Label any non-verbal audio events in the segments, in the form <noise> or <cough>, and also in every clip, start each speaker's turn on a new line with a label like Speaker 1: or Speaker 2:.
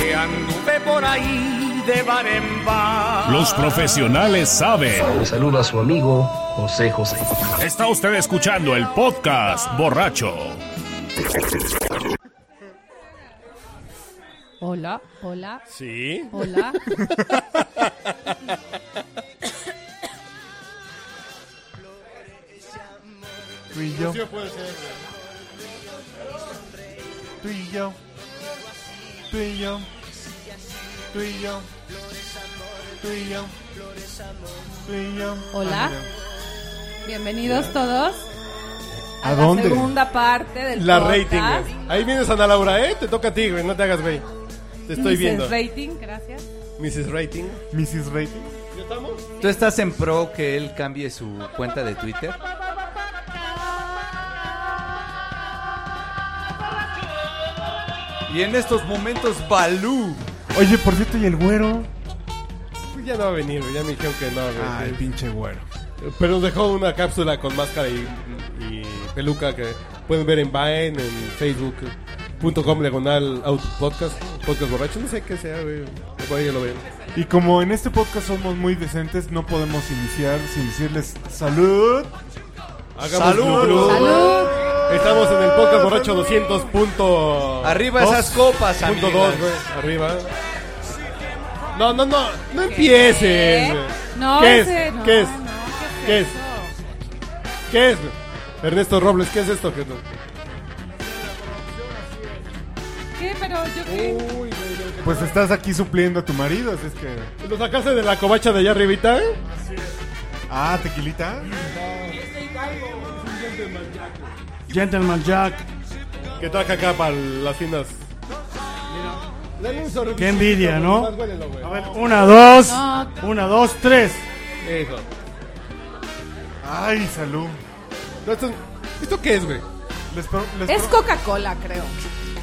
Speaker 1: que anduve por ahí de bar en bar.
Speaker 2: Los profesionales saben.
Speaker 3: Le saluda a su amigo José José.
Speaker 2: Está usted escuchando el podcast borracho.
Speaker 4: Hola, hola,
Speaker 2: ¿Sí?
Speaker 4: hola.
Speaker 5: Tú y yo, tú y yo, tú y yo, tú y yo, tú y yo, tú y yo.
Speaker 4: Hola.
Speaker 5: Ah, mira.
Speaker 4: Bienvenidos todos a,
Speaker 5: ¿A
Speaker 4: la
Speaker 5: dónde?
Speaker 4: segunda parte del
Speaker 5: La
Speaker 4: podcast.
Speaker 5: rating, eh. güey. Ahí vienes Ana Laura, ¿eh? Te toca a ti, güey. No te hagas, güey. Te estoy
Speaker 4: Mrs.
Speaker 5: viendo.
Speaker 4: rating, gracias.
Speaker 5: Mrs. Rating.
Speaker 6: Mrs. Rating.
Speaker 5: ¿Ya estamos?
Speaker 7: ¿Tú estás en pro que él cambie su cuenta de Twitter? Y en estos momentos, Balú.
Speaker 6: Oye, por cierto, ¿y el güero?
Speaker 5: Pues ya no va a venir, güey. Ya me dijeron que no, güey.
Speaker 6: Ay, pinche güero.
Speaker 5: Pero nos dejó una cápsula con máscara y, y peluca que pueden ver en Vine, en Facebook.com, diagonal, podcast, podcast borracho, no sé qué sea, güey. Por ahí ya lo ven.
Speaker 6: Y como en este podcast somos muy decentes, no podemos iniciar sin decirles salud.
Speaker 5: Hagamos
Speaker 6: ¡Salud!
Speaker 5: glu-glu.
Speaker 4: ¡Salud!
Speaker 5: Estamos en el podcast borracho 200. Punto
Speaker 7: Arriba
Speaker 5: dos,
Speaker 7: esas copas,
Speaker 5: punto
Speaker 7: amigos.
Speaker 5: dos, güey, arriba. No, no, no, no empieces. güey.
Speaker 4: No,
Speaker 5: ¿Qué
Speaker 4: ese-
Speaker 5: es?
Speaker 4: no,
Speaker 5: ¿Qué es?
Speaker 4: no,
Speaker 5: ¿Qué es?
Speaker 4: eso?
Speaker 5: ¿Qué es? güey? Ernesto Robles, ¿qué es esto? ¿Qué es esto?
Speaker 4: ¿Qué? Pero yo qué.
Speaker 6: Pues estás aquí supliendo a tu marido, así es que.
Speaker 5: ¿Lo sacaste de la covacha de allá arribita? eh?
Speaker 6: Ah, tequilita.
Speaker 8: Gentleman Jack,
Speaker 5: Que traje acá para las finas.
Speaker 8: qué envidia, ¿no? A ver, una, dos,
Speaker 4: No.
Speaker 8: una, dos, tres.
Speaker 5: Eso.
Speaker 6: Ay, salud.
Speaker 5: No, esto, ¿Esto qué es, güey?
Speaker 6: Les pro- les
Speaker 4: Es
Speaker 6: pro-
Speaker 4: Coca-Cola, creo.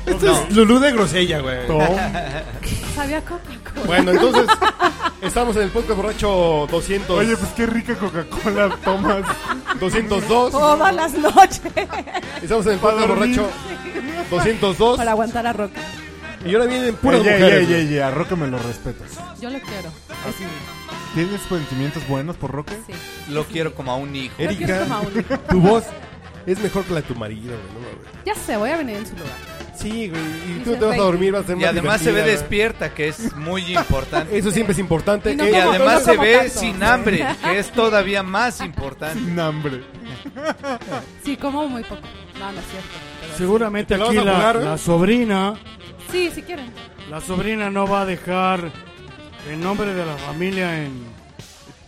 Speaker 5: Esto es Lulú de grosella, güey. <laughs>
Speaker 4: Sabía Coca-Cola.
Speaker 5: Bueno, entonces,
Speaker 4: <laughs>
Speaker 5: estamos en el podcast borracho 200,
Speaker 6: Oye, pues qué rica Coca-Cola tomas.
Speaker 5: 202.
Speaker 4: Todas las noches.
Speaker 5: Estamos en el podcast
Speaker 6: dormir.
Speaker 5: borracho 202.
Speaker 4: Para aguantar a Roca.
Speaker 5: Y ahora vienen puras
Speaker 6: Ey, ey,
Speaker 5: mujeres.
Speaker 6: ey,
Speaker 5: güey.
Speaker 6: ey, ey, a Roque me lo respetas.
Speaker 4: Yo lo quiero.
Speaker 6: ¿Tienes sentimientos buenos por Roque?
Speaker 4: Sí.
Speaker 7: Lo quiero como a un hijo.
Speaker 4: Yo quiero
Speaker 5: Erika,
Speaker 4: tomar uno. <laughs>
Speaker 5: tu voz es mejor que la de tu marido, güey. no mames.
Speaker 4: Ya sé, voy a venir en su lugar.
Speaker 5: Sí, güey. Y tú
Speaker 4: Dice
Speaker 5: te vas a
Speaker 4: Fake.
Speaker 5: dormir, vas a ser
Speaker 7: Y
Speaker 5: más
Speaker 7: además se ve
Speaker 5: divertida, güey.
Speaker 7: despierta, que es muy importante.
Speaker 5: Eso siempre es importante.
Speaker 4: Y no
Speaker 5: Eh,
Speaker 7: Y
Speaker 4: como-
Speaker 7: además
Speaker 4: no
Speaker 7: se
Speaker 4: como
Speaker 7: ve
Speaker 4: tanto.
Speaker 7: sin hambre, que es todavía más importante.
Speaker 6: Sin hambre.
Speaker 4: Sí, como muy poco. No, no es cierto.
Speaker 8: Seguramente
Speaker 5: ¿Te la
Speaker 8: aquí
Speaker 5: vas a
Speaker 8: la,
Speaker 5: jugar, eh?
Speaker 8: la sobrina,
Speaker 4: Sí, si quieren.
Speaker 8: la sobrina no va a dejar el nombre de la familia en,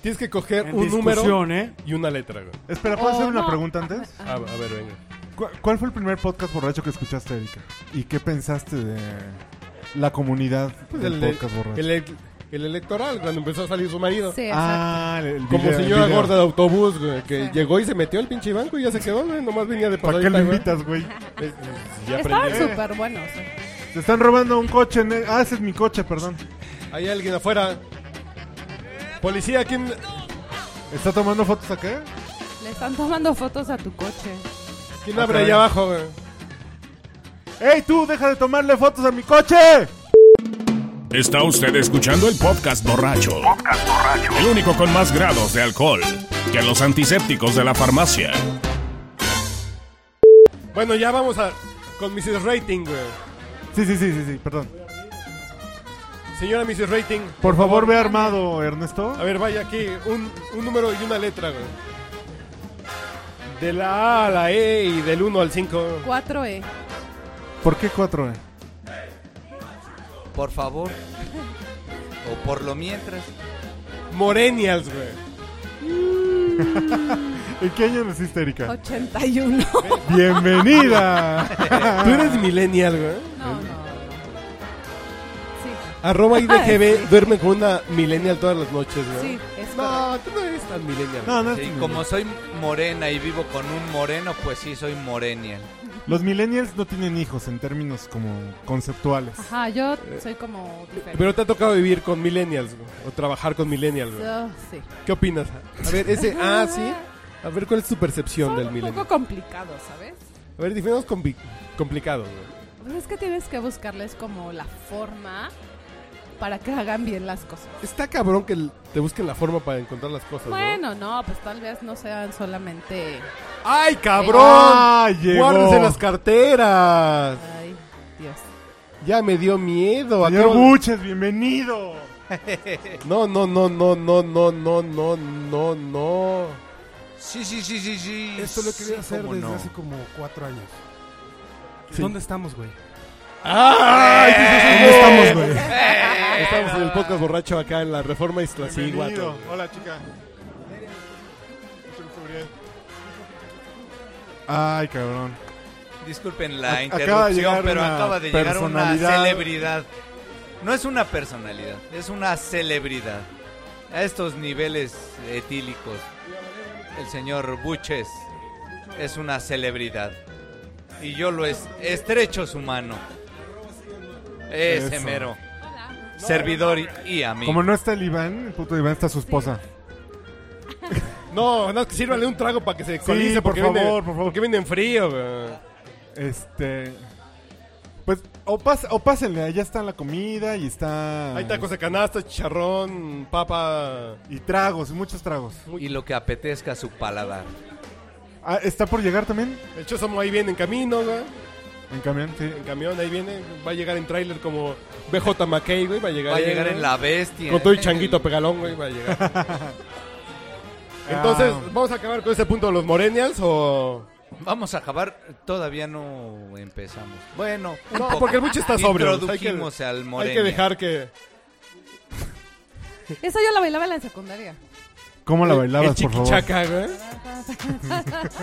Speaker 5: Tienes que coger
Speaker 8: en
Speaker 5: un número
Speaker 8: discusión, ¿eh?
Speaker 5: y una letra, güey. Ah,
Speaker 6: Espera, ¿puedo hacer
Speaker 4: Oh,
Speaker 6: una
Speaker 4: no.
Speaker 6: pregunta antes?
Speaker 5: A, a ver, venga.
Speaker 6: ¿Cu- ¿Cuál fue el primer podcast borracho que escuchaste, Erika? ¿Y qué pensaste de la comunidad del
Speaker 5: Pues el,
Speaker 6: podcast borracho?
Speaker 5: el, el electoral, cuando empezó a salir su marido.
Speaker 4: Sí, exacto.
Speaker 6: ah, el
Speaker 5: Como
Speaker 6: video, el
Speaker 5: señora
Speaker 6: video.
Speaker 5: gorda de autobús, güey, que
Speaker 4: Sí.
Speaker 5: llegó y se metió al pinche banco y ya se quedó, güey. Nomás venía de
Speaker 6: ¿Para qué
Speaker 5: pasadita,
Speaker 6: lo
Speaker 5: güey.
Speaker 6: invitas, güey?
Speaker 5: Eh, Ya
Speaker 4: Estaban
Speaker 5: aprendí.
Speaker 4: súper buenos. eh.
Speaker 6: Te están robando un coche. ne- Ah, ese es mi coche, perdón.
Speaker 5: Hay alguien afuera. Policía, ¿quién?
Speaker 6: ¿Está tomando fotos acá?
Speaker 4: Le están tomando fotos a tu coche.
Speaker 5: ¿Quién
Speaker 6: Ah,
Speaker 5: abre
Speaker 6: caray.
Speaker 5: allá abajo? güey?
Speaker 6: ¡Ey, tú! ¡Deja de tomarle fotos a mi coche!
Speaker 2: Está usted escuchando el podcast borracho. El único con más grados de alcohol que los antisépticos de la farmacia.
Speaker 5: Bueno, ya vamos a con Mrs. Rating, güey.
Speaker 6: Sí, sí, sí, sí, sí, perdón.
Speaker 5: Señora Mrs. Rating.
Speaker 6: Por favor, ve armado, Ernesto.
Speaker 5: A ver, vaya aquí. Un, un número y una letra, güey. De la A a la E y del 1 al 5.
Speaker 4: 4E.
Speaker 6: ¿Por qué cuatro? eh?
Speaker 7: Por favor. O por lo mientras.
Speaker 5: Morenials, güey.
Speaker 6: ¿En qué año naciste, Erika?
Speaker 4: 81.
Speaker 6: ¡Bienvenida!
Speaker 5: <laughs> Tú eres millennial, güey.
Speaker 4: No, no. Sí,
Speaker 5: Arroba
Speaker 4: Ay, <laughs>
Speaker 5: IDGB duerme con una millennial todas las noches, güey.
Speaker 4: sí, es correcto.
Speaker 5: No, tú no eres tan millennial.
Speaker 6: No, no es
Speaker 7: Sí,
Speaker 6: tu-
Speaker 7: como soy morena y vivo con un moreno, pues sí, soy morenial.
Speaker 6: Los millennials no tienen hijos en términos como conceptuales.
Speaker 4: Ajá, yo soy como diferente.
Speaker 5: Pero te ha tocado vivir con millennials, güey. O trabajar con millennials, güey.
Speaker 4: Yo, sí.
Speaker 5: ¿Qué opinas? A ver, ese ah, sí. A ver, ¿cuál es tu percepción
Speaker 4: Son
Speaker 5: del
Speaker 4: un
Speaker 5: milenio?
Speaker 4: poco complicado, ¿sabes?
Speaker 5: A ver, definamos compli- complicado. güey.
Speaker 4: Pues es que tienes que buscarles como la forma para que hagan bien las cosas.
Speaker 5: Está cabrón que el- te busquen la forma para encontrar las cosas, ¿no?
Speaker 4: Bueno, no, pues tal vez no sean solamente... Eh,
Speaker 5: ¡Ay, cabrón!
Speaker 6: ¡Ah, llegó!
Speaker 5: ¡Guárdense las carteras!
Speaker 4: Ay, Dios.
Speaker 5: Ya me dio miedo. ¿a qué
Speaker 6: Señor
Speaker 5: hora-
Speaker 6: Buches, bienvenido.
Speaker 5: <laughs> No, no, no, no, no, no, no, no, no, no.
Speaker 7: Sí, sí, sí, sí, sí.
Speaker 9: Esto lo quería
Speaker 7: Sí,
Speaker 9: hacer
Speaker 7: cómo
Speaker 9: desde
Speaker 7: no.
Speaker 9: hace como cuatro años.
Speaker 5: Sí.
Speaker 9: ¿Dónde estamos, güey?
Speaker 5: ¡Ay!
Speaker 6: Eh. ¿Dónde estamos, güey? Eh.
Speaker 5: Estamos en el podcast borracho acá en la Reforma Isla
Speaker 6: Bienvenido.
Speaker 5: Ciguato.
Speaker 6: Hola, chica. Mucho gusto, Gabriel. Ay, cabrón.
Speaker 7: Disculpen
Speaker 6: Ac-
Speaker 7: la
Speaker 6: acaba de
Speaker 7: interrupción,
Speaker 6: llegar
Speaker 7: pero
Speaker 6: una
Speaker 7: acaba de llegar una
Speaker 6: personalidad.
Speaker 7: celebridad. No es una personalidad, es una celebridad. A estos niveles etílicos, el señor Buches es una celebridad. Y yo lo es, estrecho su mano. Ese
Speaker 6: Eso.
Speaker 7: mero. Servidor y- y amigo.
Speaker 6: Como no está el Iván, el puto Iván está su esposa.
Speaker 5: No, no, que sírvale un trago para que se alcoholice.
Speaker 6: por
Speaker 5: porque viene-
Speaker 6: favor, por favor.
Speaker 5: Porque viene en frío, güey.
Speaker 6: Este. Pues, o, pas- o pásenle, allá está la comida y está.
Speaker 5: Hay tacos de canasta, chicharrón, papa.
Speaker 6: Y tragos, muchos tragos.
Speaker 7: Y lo que apetezca su paladar.
Speaker 6: Ah, ¿Está por llegar también?
Speaker 5: El chosomo ahí viene en camino, güey.
Speaker 6: En camión, sí.
Speaker 5: En camión, ahí viene. Va a llegar en tráiler como BJ McKay, güey. Va a llegar,
Speaker 7: Va a
Speaker 5: ahí,
Speaker 7: llegar
Speaker 5: güey.
Speaker 7: en la bestia.
Speaker 5: Con todo el changuito pegalón, güey. Va
Speaker 6: <laughs>
Speaker 5: a <laughs> llegar. Entonces, ¿vamos a acabar con ese punto de los morenials o...?
Speaker 7: Vamos a acabar, todavía no empezamos. Bueno, un
Speaker 5: No,
Speaker 7: poco.
Speaker 5: porque el mucho está sobrio. Hay que,
Speaker 7: Introdujimos al
Speaker 5: hay
Speaker 7: Moreña.
Speaker 5: que dejar que...
Speaker 4: Esa ah, yo la bailaba en la secundaria.
Speaker 6: ¿Cómo la bailabas,
Speaker 5: el
Speaker 6: por favor?
Speaker 5: chiquichaca, güey.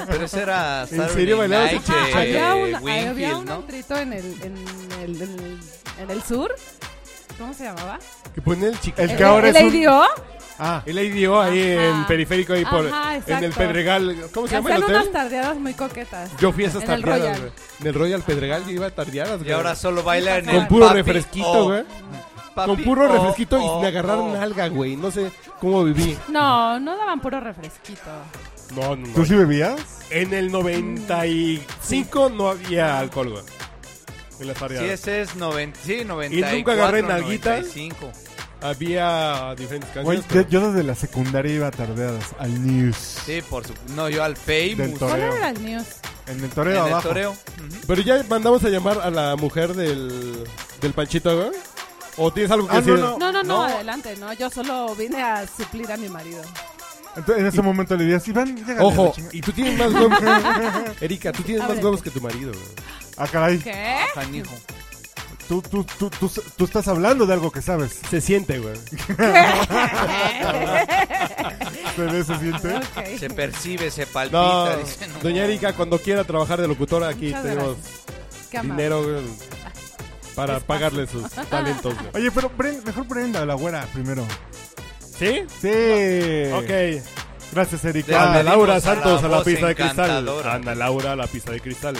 Speaker 7: <laughs> Pero ese era Saturday
Speaker 5: serio bailabas el
Speaker 7: Night
Speaker 5: chiquichaca?
Speaker 7: de
Speaker 4: había un,
Speaker 7: Winfield,
Speaker 4: había un
Speaker 7: ¿no?
Speaker 4: antrito en el, en, el, en el- en el sur. ¿Cómo se llamaba?
Speaker 5: Que pone el chiquichaca.
Speaker 6: El que ahora es. un-
Speaker 4: ADO.
Speaker 6: Ah,
Speaker 5: El ADO ahí
Speaker 4: Ajá.
Speaker 5: en periférico, ahí por,
Speaker 4: Ajá, exacto.
Speaker 5: en el Pedregal. ¿Cómo se
Speaker 4: Que
Speaker 5: llama el
Speaker 4: hacían
Speaker 5: hotel?
Speaker 4: unas tardeadas muy coquetas.
Speaker 5: Yo fui a esas
Speaker 4: En el
Speaker 5: tardeadas,
Speaker 4: Royal.
Speaker 5: güey. En el Royal Pedregal yo iba a tardeadas,
Speaker 7: Y
Speaker 5: güey.
Speaker 7: ahora solo baila en
Speaker 4: Con
Speaker 7: el
Speaker 5: Con puro
Speaker 7: papi,
Speaker 5: refresquito,
Speaker 7: oh,
Speaker 5: güey.
Speaker 7: papi,
Speaker 5: Con puro
Speaker 7: oh,
Speaker 5: refresquito
Speaker 7: oh,
Speaker 5: y le agarraron
Speaker 7: oh.
Speaker 5: nalga, güey. No sé cómo viví.
Speaker 4: No, no daban puro refresquito.
Speaker 5: No, no,
Speaker 6: ¿tú sí bebías?
Speaker 5: En el 95 no había alcohol, güey. En las
Speaker 7: Sí,
Speaker 5: tardeadas.
Speaker 7: ese es 90, sí, 94,
Speaker 5: ¿Y nunca agarré nalguitas?
Speaker 7: 95.
Speaker 5: Había diferentes
Speaker 6: Güey,
Speaker 5: canciones.
Speaker 6: yo,
Speaker 5: pero-
Speaker 6: yo desde la secundaria iba a tardeadas al news.
Speaker 7: Sí, por supuesto. No, yo al
Speaker 6: Del
Speaker 7: Famous.
Speaker 6: Toreo.
Speaker 4: ¿Cuál era el news?
Speaker 6: En el
Speaker 7: En
Speaker 6: toreo
Speaker 7: el
Speaker 6: abajo.
Speaker 7: toreo. Ujú.
Speaker 5: Pero ya mandamos a llamar a la mujer del, del Panchito, güey. ¿O tienes algo que
Speaker 6: Ah, no,
Speaker 5: decir?
Speaker 6: no.
Speaker 4: No, no, no,
Speaker 7: No.
Speaker 4: adelante, no. Yo solo vine a suplir a mi marido.
Speaker 6: Entonces, en ese momento le dirías, Iván, llégale a la
Speaker 5: Ojo,
Speaker 6: chingada".
Speaker 5: y tú tienes más huevos.
Speaker 6: <laughs>
Speaker 5: Erika, tú tienes más
Speaker 4: Ábrete.
Speaker 5: huevos que tu marido, güey.
Speaker 6: Ah, caray.
Speaker 4: ¿Qué?
Speaker 7: Canijo.
Speaker 6: Tú, tú, tú, tú, tú estás hablando de algo que sabes.
Speaker 5: Se siente, güey. <laughs>
Speaker 6: ¿Se ve, se siente?
Speaker 4: Ok.
Speaker 7: Se percibe, se
Speaker 5: No,
Speaker 7: palpita. dice, no.
Speaker 5: doña Erika, cuando quiera trabajar de locutora, aquí
Speaker 4: Muchas
Speaker 5: tenemos
Speaker 4: Qué amable.
Speaker 5: dinero güey, para pagarle
Speaker 4: <laughs>
Speaker 5: sus talentos. güey.
Speaker 6: Oye, pero Bren- mejor prenda la güera primero.
Speaker 5: ¿Sí?
Speaker 6: Sí.
Speaker 5: Ok.
Speaker 6: Gracias, Erika.
Speaker 5: Ana
Speaker 7: Despedimos
Speaker 5: Laura
Speaker 7: a
Speaker 5: Santos
Speaker 7: la
Speaker 5: a la
Speaker 7: voz
Speaker 5: pista de cristal.
Speaker 7: encantadora.
Speaker 5: Ana Laura a la pista de cristal.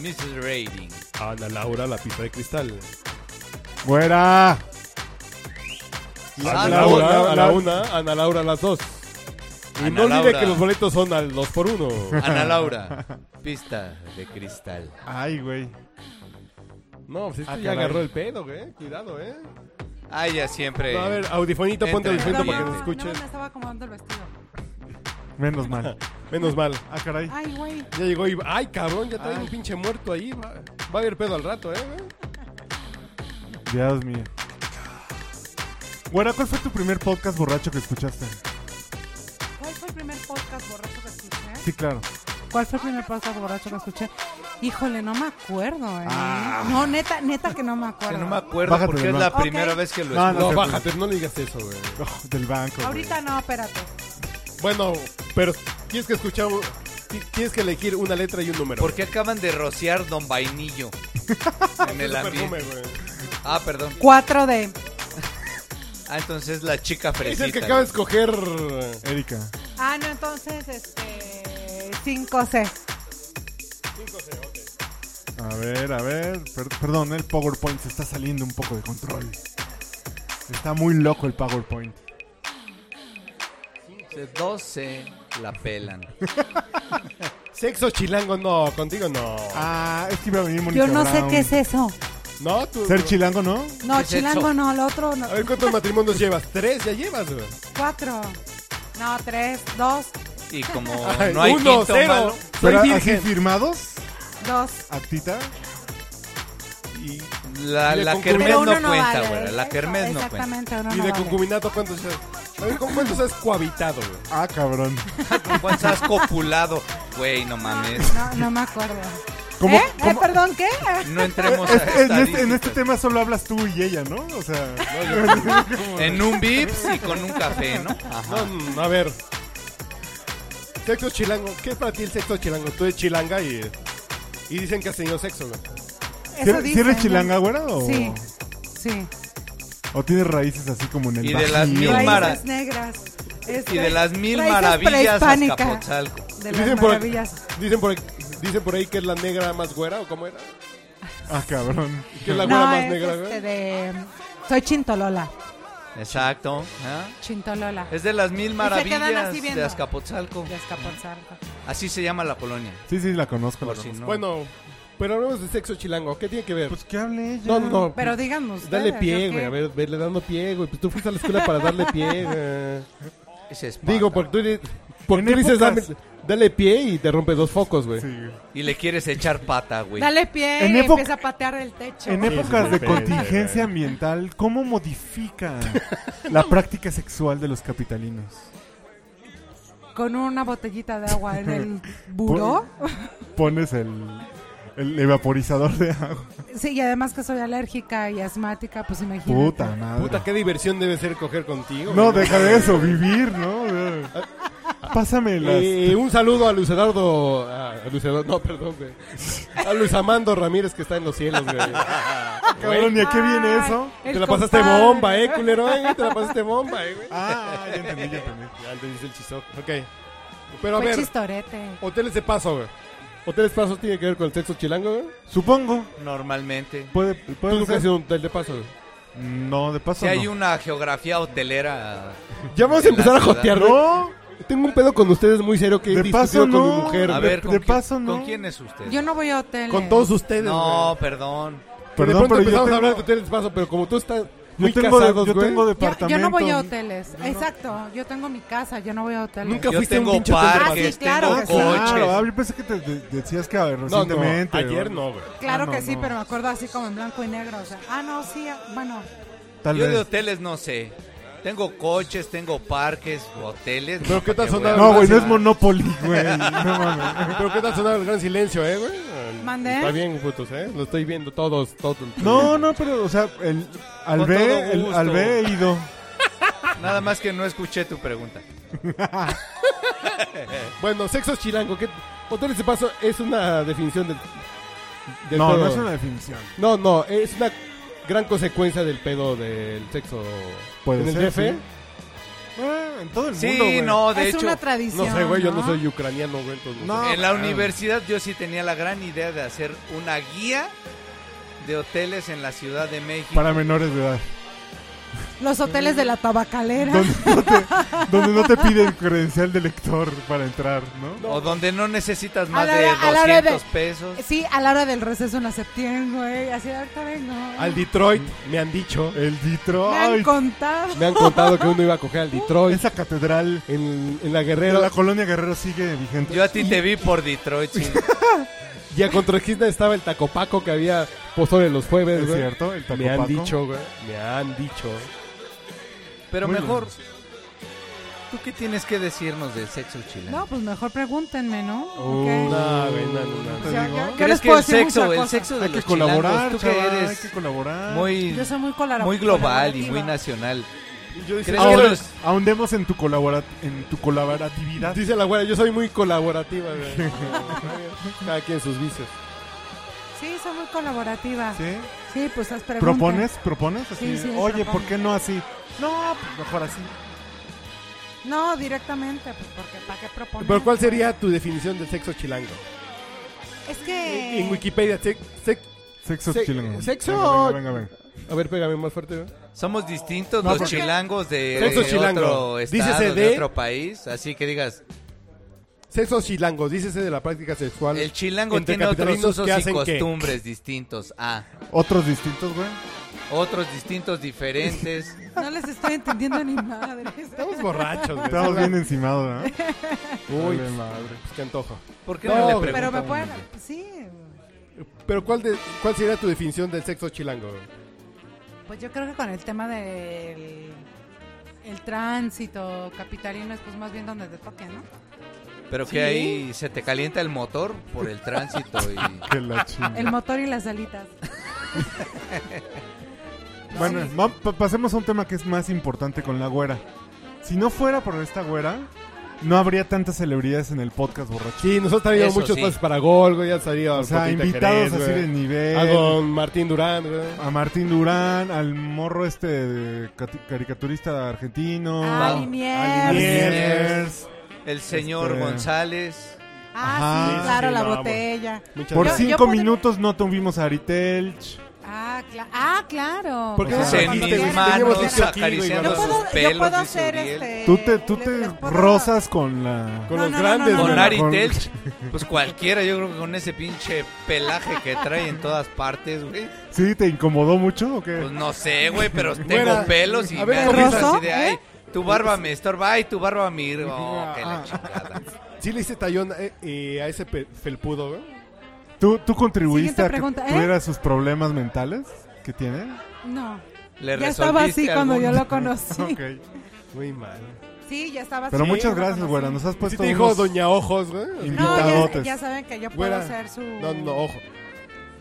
Speaker 7: Mrs. Rating.
Speaker 5: Ana Laura a la pista de cristal.
Speaker 6: Güera.
Speaker 5: Ana
Speaker 7: Ana
Speaker 5: Laura a la
Speaker 6: Laura.
Speaker 5: una, Ana Laura a las dos. Y
Speaker 7: Ana
Speaker 5: no olvide
Speaker 7: Laura.
Speaker 5: que los boletos son al dos por uno. <laughs>
Speaker 7: Ana Laura. Pista de cristal.
Speaker 6: Ay, güey.
Speaker 5: No, pues esto
Speaker 6: Ah,
Speaker 5: ya
Speaker 6: caray.
Speaker 5: agarró el pedo, güey. Cuidado, eh.
Speaker 7: Ah, ya siempre.
Speaker 5: No, a ver, audifonito, ponte
Speaker 7: Entra.
Speaker 5: audifonito
Speaker 4: Perdón,
Speaker 5: para que
Speaker 4: no,
Speaker 5: nos
Speaker 4: no
Speaker 5: escuchen.
Speaker 4: me estaba acomodando el vestido.
Speaker 6: Menos
Speaker 7: <laughs>
Speaker 6: mal.
Speaker 5: Menos mal.
Speaker 6: Ah, caray.
Speaker 4: Ay, güey.
Speaker 5: Ya llegó y... Ay, cabrón, ya trae un pinche muerto ahí. Va, va a haber pedo al rato, eh. güey.
Speaker 6: Dios mío. Güera, ¿cuál fue tu primer podcast borracho que escuchaste?
Speaker 4: ¿Cuál fue el primer podcast borracho que escuché?
Speaker 6: Sí, claro.
Speaker 4: ¿Cuál fue el primer podcast borracho que escuché? Híjole, no me acuerdo, eh.
Speaker 5: Ah.
Speaker 4: No, neta, neta que no me
Speaker 7: Que
Speaker 4: acuerdo.
Speaker 7: no me acuerdo
Speaker 6: Bájate
Speaker 7: porque
Speaker 6: del
Speaker 7: es la
Speaker 6: banco.
Speaker 4: Ok.
Speaker 7: primera vez que lo
Speaker 6: No,
Speaker 7: escucho.
Speaker 6: no,
Speaker 5: No,
Speaker 6: se-
Speaker 5: bájate, no le digas eso, güey.
Speaker 6: <laughs> Oh, del banco. güey.
Speaker 4: Ahorita no, espérate.
Speaker 5: Bueno, pero tienes que escuchar... un- ti- Tienes que elegir una letra y un número.
Speaker 7: Porque acaban de rociar Don Vainillo en el
Speaker 5: Ah, perfume,
Speaker 7: ambiente.
Speaker 5: güey.
Speaker 7: Ah, <laughs> perdón.
Speaker 4: 4D.
Speaker 7: Ah, entonces la chica
Speaker 5: Es
Speaker 7: fresita.
Speaker 5: el que acaba de escoger... Cinco
Speaker 6: Erika.
Speaker 4: Ah, no, entonces, este. 5C.
Speaker 5: C, ok.
Speaker 6: A ver, a ver. Per- perdón, el PowerPoint se está saliendo un poco de control. Está muy loco el PowerPoint.
Speaker 7: 12 la pelan.
Speaker 5: Sexo chilango, no, contigo no.
Speaker 6: Ah, es que iba a venir Mónica
Speaker 4: Yo no sé
Speaker 6: Brown.
Speaker 4: qué es eso.
Speaker 5: No, tú.
Speaker 6: Ser chilango, ¿no?
Speaker 4: No,
Speaker 7: ¿Qué es
Speaker 4: chilango
Speaker 7: eso?
Speaker 4: no, el otro no.
Speaker 5: A ver cuántos matrimonios llevas. Tres ya llevas, güey.
Speaker 4: Cuatro. No, tres, dos,
Speaker 6: <laughs>
Speaker 7: Y como
Speaker 5: <laughs> Ay,
Speaker 7: no hay
Speaker 5: uno,
Speaker 7: quinto
Speaker 5: cero.
Speaker 7: malo,
Speaker 5: Soy
Speaker 6: Pero así
Speaker 5: virgen.
Speaker 6: firmados,
Speaker 4: dos.
Speaker 6: actita.
Speaker 5: Y,
Speaker 7: la,
Speaker 5: Le
Speaker 7: la
Speaker 5: concurre-
Speaker 7: Kermés
Speaker 4: Pero
Speaker 7: no
Speaker 4: uno no
Speaker 7: cuenta,
Speaker 4: vale.
Speaker 7: güey. La
Speaker 4: Eso,
Speaker 7: Kermés no cuenta.
Speaker 4: Exactamente, uno
Speaker 5: y
Speaker 4: no
Speaker 5: de
Speaker 4: vale.
Speaker 5: concubinato, ¿cuántos has? A ver, ¿con cuántos has cohabitado, güey?
Speaker 6: Ah, cabrón.
Speaker 7: ¿Cuántos has
Speaker 4: <laughs>
Speaker 7: copulado? Güey, no mames.
Speaker 5: <laughs>
Speaker 4: No, no me acuerdo.
Speaker 6: ¿Cómo-
Speaker 4: ¿Eh?
Speaker 6: cómo-
Speaker 4: ¿Eh? ¿Perdón qué?
Speaker 7: No entremos a
Speaker 6: Es- es- en, este, en este
Speaker 7: estadísticas.
Speaker 6: tema solo hablas tú y ella, ¿no? O sea, <laughs>
Speaker 7: En un Vips y con un café, ¿no?
Speaker 5: No, mm, a ver. Sexo chilango. ¿Qué es para ti el sexo chilango? Tú eres chilanga y. Y dicen que has tenido sexo, güey.
Speaker 6: ¿si
Speaker 4: Eso
Speaker 6: eres- si
Speaker 4: dicen,
Speaker 6: eres
Speaker 4: ¿no?
Speaker 6: chilanga, güera? O,
Speaker 4: Sí, sí.
Speaker 6: ¿O tienes raíces así como en el
Speaker 7: Y de las
Speaker 6: Bajío?
Speaker 7: mil
Speaker 4: Raíces
Speaker 7: mara-
Speaker 4: negras. Este,
Speaker 7: Y de las mil
Speaker 4: raíces
Speaker 7: maravillas
Speaker 4: prehispánicas.
Speaker 7: Azcapotzalco.
Speaker 4: De las
Speaker 5: por,
Speaker 4: maravillas.
Speaker 5: dicen, por, dicen por ahí que es la negra más güera, ¿o cómo era?
Speaker 6: Ah, cabrón.
Speaker 5: Que es la güera
Speaker 4: No,
Speaker 5: más
Speaker 4: es
Speaker 5: negra,
Speaker 4: este
Speaker 5: güey.
Speaker 4: de... Soy Chintolola.
Speaker 7: Exacto. ¿ah?
Speaker 4: Chintolola.
Speaker 7: Es de las mil
Speaker 4: quedan
Speaker 7: maravillas
Speaker 4: así
Speaker 7: de
Speaker 4: viendo.
Speaker 7: Azcapotzalco.
Speaker 4: De Azcapotzalco.
Speaker 7: Así se llama la colonia.
Speaker 6: Sí, sí, la conozco. la
Speaker 7: Por si
Speaker 6: conozco.
Speaker 7: no.
Speaker 5: Bueno, pero hablemos de sexo chilango. ¿Qué tiene que ver?
Speaker 6: Pues que hable ella.
Speaker 5: no, no, no.
Speaker 4: Pero digamos.
Speaker 5: Dale pie, güey. A ver, verle dando pie, güey. Pues tú fuiste a la escuela para darle <laughs> pie, güey.
Speaker 7: Se espanta.
Speaker 5: Digo, porque tú, di- porque
Speaker 6: En
Speaker 5: tú dices, dame-
Speaker 6: épocas-
Speaker 5: dale, pie y te rompe dos focos, güey.
Speaker 6: Sí.
Speaker 7: Y le quieres echar pata, güey.
Speaker 4: Dale pie
Speaker 6: En
Speaker 4: y
Speaker 6: época-
Speaker 4: empieza a patear el techo.
Speaker 6: En
Speaker 5: sí,
Speaker 6: épocas
Speaker 5: sí,
Speaker 6: de
Speaker 5: sí, sí, sí.
Speaker 6: contingencia ambiental, ¿cómo modifica la práctica sexual de los capitalinos?
Speaker 4: Con una botellita de agua
Speaker 6: <laughs>
Speaker 4: en el buró.
Speaker 6: Pones el, el evaporizador de agua.
Speaker 4: Sí, y además que soy alérgica y asmática, pues imagínate.
Speaker 6: Puta madre.
Speaker 5: Puta, qué diversión debe ser coger contigo.
Speaker 6: No,
Speaker 5: güey.
Speaker 6: deja de eso, vivir, ¿no? Pásame las...
Speaker 5: Eh, un saludo a Luis Eduardo. A Luis Eduardo, no, perdón, güey. A Luis Amando Ramírez que está en los
Speaker 6: <laughs>
Speaker 5: cielos, güey. ah,
Speaker 6: Cabrón, ¿y a qué viene
Speaker 4: Ay,
Speaker 6: eso?
Speaker 4: el
Speaker 5: Te la pasaste
Speaker 4: compadre.
Speaker 5: bomba, eh, culero, eh, Te la pasaste bomba, eh, güey.
Speaker 6: Ah, ya entendí, ya
Speaker 5: <laughs>
Speaker 6: entendí.
Speaker 5: Ya te dice el chistoso. Ok. Pero a
Speaker 4: Fue
Speaker 5: ver,
Speaker 4: chistorete.
Speaker 5: hoteles de paso, güey. ¿Hoteles de paso tiene que ver con el sexo chilango, güey?
Speaker 6: Supongo.
Speaker 7: Normalmente.
Speaker 6: Puede,
Speaker 5: Tú
Speaker 6: puede
Speaker 5: nunca
Speaker 6: ser.
Speaker 5: has sido un hotel de paso, güey.
Speaker 6: No, de paso
Speaker 7: Si hay
Speaker 6: no.
Speaker 7: una geografía hotelera.
Speaker 5: <laughs> Ya vamos a
Speaker 7: En la
Speaker 5: empezar a
Speaker 7: ciudad.
Speaker 5: jotear, güey.
Speaker 6: No,
Speaker 5: Tengo un pedo con ustedes muy serio que he
Speaker 6: De
Speaker 5: discutido
Speaker 6: paso,
Speaker 5: con
Speaker 6: no.
Speaker 5: mi mujer.
Speaker 7: A
Speaker 5: güey.
Speaker 7: ver, ¿con,
Speaker 6: de
Speaker 7: quién-
Speaker 6: paso, no.
Speaker 7: ¿con quién es usted?
Speaker 4: Yo no voy a hoteles.
Speaker 5: Con todos ustedes,
Speaker 7: No,
Speaker 5: güey.
Speaker 7: perdón.
Speaker 5: Y
Speaker 6: perdón,
Speaker 5: de pronto
Speaker 6: pero yo
Speaker 5: empezamos a
Speaker 6: tengo,
Speaker 5: hablar de hoteles de paso, pero como tú estás muy
Speaker 6: yo tengo, de-
Speaker 5: casados,
Speaker 6: yo
Speaker 5: güey.
Speaker 6: tengo
Speaker 4: Yo-
Speaker 6: departamento.
Speaker 4: Yo, no voy
Speaker 6: <laughs>
Speaker 4: a hoteles. Exacto. Yo tengo mi casa, yo no voy a hoteles.
Speaker 5: Nunca
Speaker 7: Yo
Speaker 5: fuiste a un
Speaker 7: tengo
Speaker 5: pinche hotel de
Speaker 7: parques,
Speaker 5: paso.
Speaker 4: Ah, sí, claro
Speaker 7: tengo
Speaker 4: que sí.
Speaker 7: coches.
Speaker 6: Claro, ah, yo pensé que te te- decías que
Speaker 5: No, no,
Speaker 6: recientemente.
Speaker 5: ayer
Speaker 6: o-
Speaker 5: no, güey.
Speaker 4: Claro
Speaker 6: Ah, no,
Speaker 4: que sí,
Speaker 6: no.
Speaker 4: pero me acuerdo así como en blanco y negro. O sea, ah, no, sí, ah, bueno.
Speaker 6: Tal
Speaker 7: Yo de
Speaker 6: vez.
Speaker 7: hoteles no sé. Tengo coches, tengo parques, hoteles.
Speaker 5: Pero
Speaker 7: no,
Speaker 5: ¿qué tal
Speaker 7: ¿para
Speaker 5: sonaba?
Speaker 7: voy a
Speaker 6: No, güey, no es
Speaker 7: hablar?
Speaker 6: Monopoly, güey. No mames.
Speaker 5: Pero qué tal sonaba el gran silencio, eh, güey.
Speaker 4: ¿Mandé?
Speaker 5: Está bien, putos, eh. Lo estoy viendo todos, todos. <laughs>
Speaker 6: No, no, pero, o sea, el, al,
Speaker 7: Con todo
Speaker 6: B, el, al
Speaker 7: gusto.
Speaker 6: B he ido.
Speaker 7: Nada más que no escuché tu pregunta.
Speaker 6: <laughs>
Speaker 5: <laughs> Bueno, sexo chilango. ¿qué? Hoteles de paso es una definición del. del
Speaker 6: No,
Speaker 5: pedo.
Speaker 6: no es una definición.
Speaker 5: No, no, es una gran consecuencia del pedo del sexo.
Speaker 6: Puede
Speaker 5: ¿En el
Speaker 6: ser,
Speaker 5: DF?
Speaker 6: sí. Ah, en todo el
Speaker 7: Sí,
Speaker 6: mundo, güey.
Speaker 7: no, de
Speaker 4: es
Speaker 7: hecho.
Speaker 4: una tradición.
Speaker 5: No sé, güey, yo no soy ucraniano, güey. entonces no ah.
Speaker 6: No.
Speaker 5: sé.
Speaker 7: En la universidad yo sí tenía la gran idea de hacer una guía de hoteles en la Ciudad de México.
Speaker 6: Para menores de edad. <laughs>
Speaker 4: Los hoteles de la tabacalera.
Speaker 6: Donde no te, donde no te piden credencial de lector para entrar, ¿no?
Speaker 7: O donde no necesitas más
Speaker 4: la
Speaker 7: de
Speaker 4: hora- a la hora de-
Speaker 7: 200 pesos.
Speaker 4: <laughs> Sí, a la hora del receso en la septiembre, güey. Así ahorita vengo.
Speaker 5: Al Detroit me han dicho.
Speaker 6: El
Speaker 4: Me han
Speaker 6: Detroit.
Speaker 4: contado.
Speaker 5: Me han contado que uno iba a
Speaker 6: <laughs>
Speaker 5: coger al Detroit.
Speaker 6: Esa catedral.
Speaker 5: En, en la
Speaker 6: Pero
Speaker 5: guerrera.
Speaker 6: la colonia Guerrero sigue vigente.
Speaker 7: Yo a ti te vi por Detroit,
Speaker 4: <laughs>
Speaker 7: sí.
Speaker 5: Y a Contraquista estaba el tacopaco que había pozole los jueves,
Speaker 6: Es
Speaker 5: güey.
Speaker 6: cierto, el
Speaker 5: Me han
Speaker 6: Tacopaco.
Speaker 5: dicho, güey. Me han dicho.
Speaker 7: Pero
Speaker 6: Muy
Speaker 7: mejor, ¿tú qué tienes que decirnos del sexo chileno?
Speaker 4: No, pues mejor pregúntenme, ¿no?
Speaker 6: Oh,
Speaker 4: Ok.
Speaker 5: No, güey, no, no, no.
Speaker 6: te
Speaker 4: Yo-
Speaker 6: digo.
Speaker 4: yo- yo
Speaker 7: ¿Crees
Speaker 4: les
Speaker 7: que
Speaker 4: puedo
Speaker 7: el
Speaker 4: decir mucha
Speaker 7: sexo, el
Speaker 4: cosa.
Speaker 7: sexo de
Speaker 6: Hay que
Speaker 7: los
Speaker 6: colaborar,
Speaker 7: chilangos, tú que
Speaker 6: chaval,
Speaker 7: eres
Speaker 6: hay que colaborar.
Speaker 7: muy,
Speaker 4: Yo soy muy colabora-
Speaker 7: muy global y
Speaker 4: colaborativa.
Speaker 7: muy nacional.
Speaker 5: Yo dice,
Speaker 7: ¿Crees
Speaker 5: ah,
Speaker 7: que
Speaker 5: bueno,
Speaker 7: los-
Speaker 6: Ahondemos en tu, colabora- en tu colaboratividad.
Speaker 5: dice la güera, yo soy muy colaborativa,
Speaker 6: <laughs>
Speaker 5: güey. Cada quien sus vicios.
Speaker 4: Sí, soy muy colaborativa. Sí,
Speaker 6: ¿Sí?
Speaker 4: pues las preguntas.
Speaker 6: ¿Propones? ¿Propones? Así,
Speaker 4: Sí, sí,
Speaker 6: Oye,
Speaker 4: propongo.
Speaker 6: ¿por qué no así? No, pues mejor así.
Speaker 4: No, directamente, pues porque ¿para qué propones?
Speaker 5: Pero ¿cuál sería tu definición de sexo chilango?
Speaker 4: Es que...
Speaker 5: En Wikipedia, sex, sex-
Speaker 6: Sexo
Speaker 5: Se-
Speaker 6: chilango.
Speaker 5: sexo-
Speaker 6: Venga, venga, venga, venga.
Speaker 5: A ver, pégame más fuerte, güey.
Speaker 7: Somos distintos
Speaker 6: No,
Speaker 7: los
Speaker 6: porque-
Speaker 7: chilangos de,
Speaker 5: Sexo
Speaker 7: de
Speaker 5: chilango.
Speaker 7: otro
Speaker 5: Dícese
Speaker 7: estado, de
Speaker 5: de-
Speaker 7: otro país. Así que digas,
Speaker 5: Sexos chilangos, dícese de la práctica sexual.
Speaker 7: El chilango
Speaker 5: entre
Speaker 7: tiene otros
Speaker 5: capitalinos
Speaker 7: usos
Speaker 5: que
Speaker 7: y
Speaker 5: hacen que-
Speaker 7: costumbres distintos. Ah,
Speaker 6: Otros distintos, güey.
Speaker 7: otros distintos, diferentes.
Speaker 4: No les estoy entendiendo ni madre.
Speaker 5: Estamos borrachos, güey.
Speaker 6: Estamos bien encimados, ¿verdad?
Speaker 5: Uy,
Speaker 6: Vale,
Speaker 5: madre, pues qué antojo.
Speaker 7: ¿Por qué
Speaker 5: No,
Speaker 7: no, le
Speaker 5: güey.
Speaker 4: Pero me
Speaker 7: preguntamos?
Speaker 4: pueden. Sí.
Speaker 5: Pero ¿cuál, de, ¿cuál sería tu definición del sexo chilango? güey?
Speaker 4: Pues yo creo que con el tema del. El tránsito capitalino es pues más bien donde te toque, ¿no?
Speaker 7: Pero que ahí se te calienta el motor por el tránsito y...
Speaker 6: Que la chingada.
Speaker 4: El motor y las alitas.
Speaker 6: <laughs> Bueno,
Speaker 4: Sí.
Speaker 6: va- pa- pasemos a un tema que es más importante con la güera. Si no fuera por esta güera, no habría tantas celebridades en el podcast borracho.
Speaker 5: Sí, nosotros traíamos
Speaker 7: Eso
Speaker 5: muchos
Speaker 7: sí.
Speaker 5: pases para gol, güey. Ya salido
Speaker 6: O sea, invitados así de nivel.
Speaker 5: A don Martín Durán, güey.
Speaker 6: A Martín Durán, al morro este de cati- caricaturista argentino.
Speaker 4: Ah,
Speaker 7: Pau.
Speaker 6: Al
Speaker 4: Liniers.
Speaker 6: Liniers.
Speaker 7: El señor
Speaker 6: Este-
Speaker 7: González.
Speaker 4: Ah, sí,
Speaker 6: Ajá.
Speaker 4: claro,
Speaker 5: Sí,
Speaker 4: la
Speaker 5: no, bueno.
Speaker 4: botella.
Speaker 5: Muchas
Speaker 6: Por
Speaker 4: Yo-
Speaker 5: gracias.
Speaker 4: sí.
Speaker 6: cinco
Speaker 4: podría-
Speaker 6: minutos no tuvimos a Aritelch.
Speaker 4: Ah, cla- ah, claro.
Speaker 5: ¿Por qué
Speaker 4: Claro,
Speaker 5: no
Speaker 4: cuando
Speaker 7: en mis
Speaker 5: dijiste,
Speaker 4: quieras.
Speaker 5: teníamos
Speaker 7: manos,
Speaker 5: dicho aquí, güey,
Speaker 7: acariciando
Speaker 4: Yo
Speaker 5: cuando-
Speaker 7: sus
Speaker 4: puedo, yo
Speaker 7: pelos,
Speaker 4: puedo
Speaker 7: dice
Speaker 4: hacer
Speaker 7: Uriel.
Speaker 4: este.
Speaker 6: Tú te, tú
Speaker 4: le-
Speaker 6: te
Speaker 4: les puedo-
Speaker 6: rozas con la...
Speaker 5: Con
Speaker 4: No,
Speaker 5: los
Speaker 4: no, no,
Speaker 5: grandes,
Speaker 4: no, no,
Speaker 5: güey.
Speaker 7: Con
Speaker 4: no.
Speaker 7: Ari
Speaker 6: Con-
Speaker 5: <laughs>
Speaker 7: Telch, pues cualquiera, yo creo que con ese pinche pelaje que trae en todas partes, güey.
Speaker 6: ¿Sí? ¿Te incomodó mucho o qué?
Speaker 7: Pues no sé, güey, pero tengo
Speaker 5: Güera,
Speaker 7: pelos y
Speaker 5: a
Speaker 7: me
Speaker 5: ver, ¿Eh?
Speaker 7: agarras
Speaker 4: ¿roso?
Speaker 7: así de, ay, tu barba me estorba, ay, tu barba me... ir- Oh, que la chingada.
Speaker 5: ah, <laughs> Sí le hice tallón eh, eh, a ese pe- felpudo, güey.
Speaker 6: ¿Tú, tú contribuiste
Speaker 4: Siguiente
Speaker 6: a que
Speaker 4: pregunta, ¿eh?
Speaker 6: tuviera sus problemas mentales que tiene?
Speaker 4: No.
Speaker 7: ¿Le
Speaker 4: Ya estaba así
Speaker 7: resolviste
Speaker 4: cuando
Speaker 7: algún-
Speaker 4: yo
Speaker 5: <laughs>
Speaker 4: lo conocí.
Speaker 6: Ok.
Speaker 5: Muy mal.
Speaker 4: Sí, ya estaba
Speaker 6: Pero
Speaker 4: así.
Speaker 6: muchas
Speaker 4: lo
Speaker 6: gracias,
Speaker 4: conocí.
Speaker 6: güera. Nos has
Speaker 5: Sí
Speaker 6: puesto
Speaker 5: te dijo
Speaker 6: unos-
Speaker 5: Doña Ojos, güey. Así,
Speaker 6: Invita-
Speaker 4: No, ya,
Speaker 6: pues Invitadotes.
Speaker 4: ya saben que yo puedo
Speaker 5: güera.
Speaker 4: hacer su.
Speaker 5: No, no, ojo.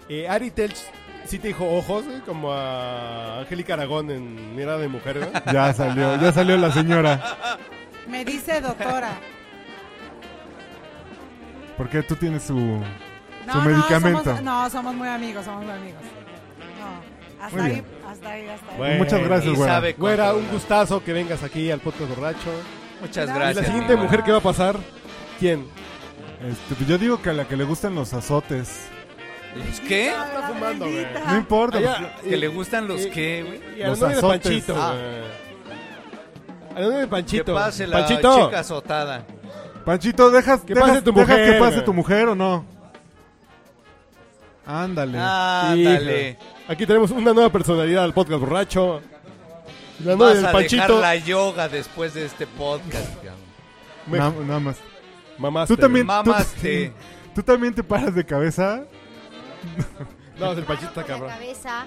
Speaker 5: Eh, Ari Telch sí te dijo ojos, güey, como a Angélica Aragón en Mirada de Mujer, güey.
Speaker 6: Ya salió, ya salió la señora.
Speaker 4: Me dice doctora.
Speaker 6: <laughs> Porque tú tienes su...
Speaker 4: No,
Speaker 6: Su
Speaker 4: no,
Speaker 6: medicamento.
Speaker 4: somos- no, somos muy amigos, somos muy amigos. No. Hasta
Speaker 6: Muy
Speaker 4: ahí,
Speaker 6: bien.
Speaker 4: hasta ahí, hasta ahí.
Speaker 5: Bueno.
Speaker 6: Muchas gracias,
Speaker 7: Y
Speaker 6: güey.
Speaker 7: sabe
Speaker 5: Güera, un
Speaker 7: controlar.
Speaker 5: gustazo que vengas aquí al podcast borracho.
Speaker 7: Muchas
Speaker 4: Y la
Speaker 5: ¿Y la
Speaker 7: gracias.
Speaker 5: siguiente
Speaker 7: mi
Speaker 5: mujer
Speaker 7: güera.
Speaker 5: que va a pasar? ¿Quién?
Speaker 6: Este, pues yo digo que a la que le gustan los azotes.
Speaker 7: ¿Los qué?
Speaker 5: Ah, Está fumando, güey.
Speaker 6: No importa. pues,
Speaker 5: Allá,
Speaker 7: ¿Que
Speaker 5: eh,
Speaker 7: le gustan los
Speaker 5: eh,
Speaker 7: qué, güey?
Speaker 5: Y al
Speaker 6: Ah, Los
Speaker 5: nombre de
Speaker 6: azotes.
Speaker 5: Panchito,
Speaker 7: Ah.
Speaker 5: güey. Al nombre de
Speaker 7: Que
Speaker 5: Panchito.
Speaker 7: pase la
Speaker 5: Panchito.
Speaker 7: chica azotada.
Speaker 6: pues- Panchito, ¿dejas,
Speaker 5: Que
Speaker 6: dejas-
Speaker 5: pase tu
Speaker 6: dejas
Speaker 5: mujer,
Speaker 6: que pase
Speaker 5: güey.
Speaker 6: tu mujer o no? Ándale.
Speaker 7: Ándale.
Speaker 5: Hijo. Aquí tenemos una nueva personalidad al podcast borracho. La novia
Speaker 7: Vas
Speaker 5: del
Speaker 7: a dejar
Speaker 5: Panchito.
Speaker 7: la yoga después de este podcast, cabrón.
Speaker 6: Na- nada más.
Speaker 5: Mamá.
Speaker 6: Tú también, tú, <laughs>
Speaker 7: Mamaste.
Speaker 6: tú también te paras de cabeza.
Speaker 5: No, del Panchito está
Speaker 9: Con la
Speaker 5: cabrón.
Speaker 9: cabeza.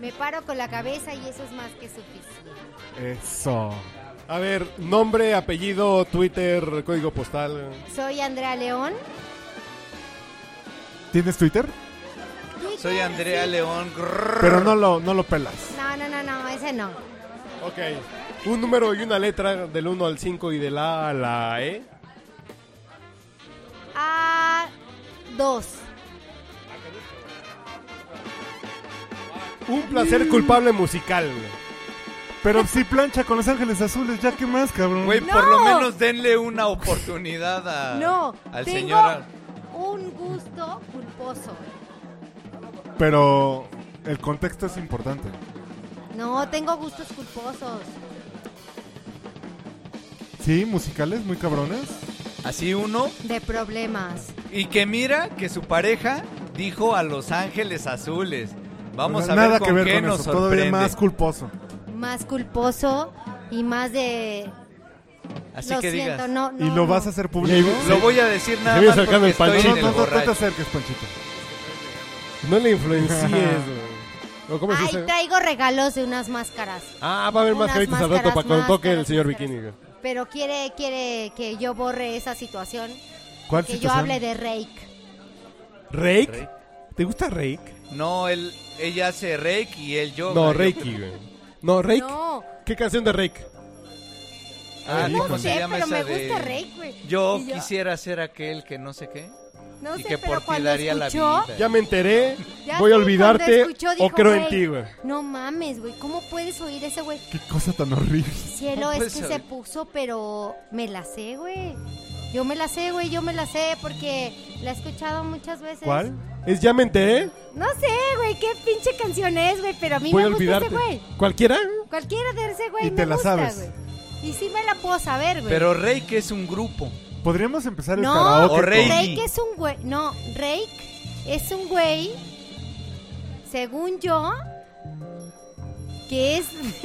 Speaker 9: Me paro con la cabeza y eso es más que suficiente.
Speaker 6: Eso.
Speaker 5: A ver, nombre, apellido, Twitter, código postal.
Speaker 9: Soy Andrea León.
Speaker 6: ¿Tienes Twitter?
Speaker 9: Twitter,
Speaker 7: Soy Andrea
Speaker 9: sí.
Speaker 7: León. grrr.
Speaker 6: Pero no lo, no lo pelas.
Speaker 9: No, no, no, no, ese no.
Speaker 5: Ok. Un número y una letra del 1 al 5 y del A a la E.
Speaker 9: A dos.
Speaker 5: Un placer culpable musical. güey.
Speaker 6: Pero si plancha con los ángeles azules, ya qué más, cabrón.
Speaker 7: Güey,
Speaker 9: No.
Speaker 7: por lo menos denle una oportunidad a,
Speaker 9: No,
Speaker 7: Ah, al
Speaker 9: tengo
Speaker 7: señor.
Speaker 9: un gusto culposo.
Speaker 6: Pero el contexto es importante.
Speaker 9: No, tengo gustos culposos.
Speaker 6: Sí, musicales muy cabrones.
Speaker 7: Así uno.
Speaker 9: De problemas.
Speaker 7: Y que mira que su pareja dijo a Los Ángeles Azules. Vamos
Speaker 6: O sea,
Speaker 7: a ver
Speaker 6: nada
Speaker 7: con
Speaker 6: que ver
Speaker 7: qué
Speaker 6: con
Speaker 7: nos
Speaker 6: eso.
Speaker 7: sorprende.
Speaker 6: Todavía más culposo.
Speaker 9: Más culposo y más de...
Speaker 7: Así
Speaker 9: lo
Speaker 7: que
Speaker 9: siento,
Speaker 7: digas.
Speaker 9: no, no.
Speaker 6: ¿Y lo
Speaker 9: no.
Speaker 6: vas a hacer público?
Speaker 7: Lo voy a decir nada
Speaker 5: Se viene
Speaker 7: más
Speaker 5: acercando
Speaker 7: porque
Speaker 5: el pan.
Speaker 7: estoy
Speaker 6: No,
Speaker 7: en
Speaker 6: no,
Speaker 7: el
Speaker 6: no, no te
Speaker 7: borracho.
Speaker 6: acerques, Panchito.
Speaker 5: No
Speaker 6: <laughs>
Speaker 5: le influencies. güey. ¿O ¿Cómo es
Speaker 9: Ay,
Speaker 5: ese?
Speaker 9: traigo regalos de unas máscaras.
Speaker 5: Ah, va a haber
Speaker 9: Unas
Speaker 5: más caritas al rato
Speaker 9: máscaras,
Speaker 5: para cuando toque
Speaker 9: máscaras,
Speaker 5: el señor
Speaker 9: máscaras.
Speaker 5: Bikini. güey.
Speaker 9: Pero quiere, quiere que yo borre esa situación.
Speaker 6: ¿Cuál
Speaker 9: que yo
Speaker 6: situación?
Speaker 9: hable de Rake.
Speaker 5: ¿Rake? ¿Te gusta Rake?
Speaker 7: No, él, ella hace reiki y él yoga.
Speaker 5: No,
Speaker 7: Yo-
Speaker 5: Reiki, güey. No, Rake.
Speaker 9: No,
Speaker 5: ¿Qué canción de Rake? Eh,
Speaker 7: Ah,
Speaker 9: no
Speaker 7: ¿cómo se
Speaker 9: sé,
Speaker 7: llama
Speaker 9: pero
Speaker 7: esa
Speaker 9: me
Speaker 7: de-
Speaker 9: gusta Rake, güey.
Speaker 7: Yo
Speaker 9: Y
Speaker 7: quisiera ser aquel que no sé qué.
Speaker 9: No
Speaker 7: y
Speaker 9: sé,
Speaker 7: que
Speaker 9: pero
Speaker 7: por ti
Speaker 9: cuando
Speaker 7: daría
Speaker 9: escuchó,
Speaker 7: la vida.
Speaker 5: Ya me enteré.
Speaker 9: <laughs> ya
Speaker 5: voy a
Speaker 9: sé,
Speaker 5: olvidarte
Speaker 9: cuando escuchó,
Speaker 5: o
Speaker 9: dijo,
Speaker 5: creo en
Speaker 9: "Güey,
Speaker 5: ti, güey.
Speaker 9: No mames, güey, ¿cómo puedes oír ese güey?
Speaker 6: Qué cosa tan horrible.
Speaker 9: Cielo,
Speaker 7: ¿Cómo
Speaker 9: es
Speaker 7: puedes
Speaker 9: que se
Speaker 7: oír?
Speaker 9: puso, pero me la sé, güey. Yo me la sé, güey, yo me la sé porque la he escuchado muchas veces.
Speaker 6: ¿Cuál?
Speaker 5: ¿Es ya me enteré?
Speaker 9: No sé, güey, qué pinche canción es, güey, pero a mí
Speaker 5: Voy a
Speaker 9: me gusta ese
Speaker 5: olvidarte.
Speaker 9: este güey.
Speaker 5: ¿Cualquiera?
Speaker 9: Cualquiera de ese güey
Speaker 6: Y
Speaker 9: me
Speaker 6: te la
Speaker 9: gusta,
Speaker 6: sabes.
Speaker 9: güey. Y sí me la puedo saber, güey.
Speaker 7: Pero reiki es un grupo.
Speaker 6: Podríamos empezar el
Speaker 9: No,
Speaker 6: karaoke.
Speaker 7: o
Speaker 6: con-
Speaker 7: Reiki.
Speaker 9: Rake es un güey. No, Rake es un güey, según yo, que es. <laughs>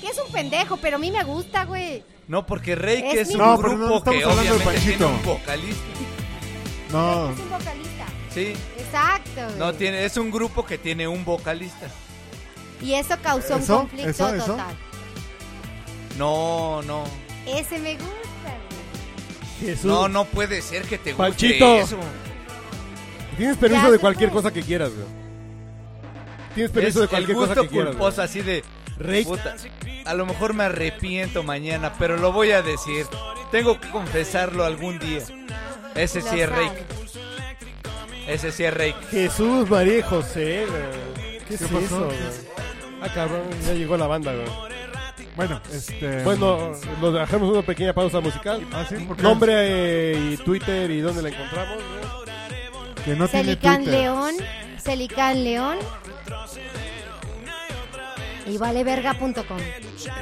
Speaker 9: que es un pendejo, pero a mí me gusta, güey.
Speaker 7: No, porque Reiki
Speaker 9: Es
Speaker 7: es,
Speaker 9: mi-
Speaker 7: un
Speaker 6: No, pero no
Speaker 7: grupo
Speaker 6: estamos
Speaker 7: que
Speaker 6: hablando de
Speaker 7: obviamente tiene
Speaker 6: Panchito.
Speaker 7: un vocalista.
Speaker 6: No,
Speaker 9: Es un vocalista.
Speaker 7: Sí,
Speaker 9: Exacto, güey.
Speaker 7: no tiene, es un grupo que tiene un vocalista.
Speaker 9: Y eso causó
Speaker 6: ¿Eso?
Speaker 9: un conflicto
Speaker 6: ¿Eso? ¿Eso?
Speaker 9: total.
Speaker 7: No, no.
Speaker 9: Ese me gusta, güey.
Speaker 5: Jesús.
Speaker 7: No, no puede ser que te guste
Speaker 5: Panchito.
Speaker 7: eso.
Speaker 5: Tienes permiso
Speaker 9: Ya
Speaker 5: de
Speaker 9: se
Speaker 5: cualquier
Speaker 9: fue.
Speaker 5: cosa que quieras, güey. Tienes
Speaker 7: Es
Speaker 5: permiso de
Speaker 7: el
Speaker 5: cualquier cosa
Speaker 7: gusto
Speaker 5: que quieras. güey.
Speaker 7: culposo así de
Speaker 5: Reiki.
Speaker 7: puta, a lo mejor me arrepiento mañana, pero lo voy a decir. Tengo que confesarlo algún día. Ese sí
Speaker 9: Lo
Speaker 7: es Reiki.
Speaker 9: sabe.
Speaker 7: Ese sí es Reiki.
Speaker 5: Jesús, María y José, güey. ¿Qué, es
Speaker 6: pasó?
Speaker 5: eso, güey? Ah, cabrón, ya llegó la banda, güey.
Speaker 6: bueno, este.
Speaker 5: Bueno, nos dejamos una pequeña pausa musical.
Speaker 6: ah, sí, porque
Speaker 5: Nombre eh, y Twitter y dónde la encontramos, güey.
Speaker 6: que no tiene
Speaker 9: Celicán
Speaker 6: Twitter.
Speaker 9: León. Celicán León. Y valeverga.com.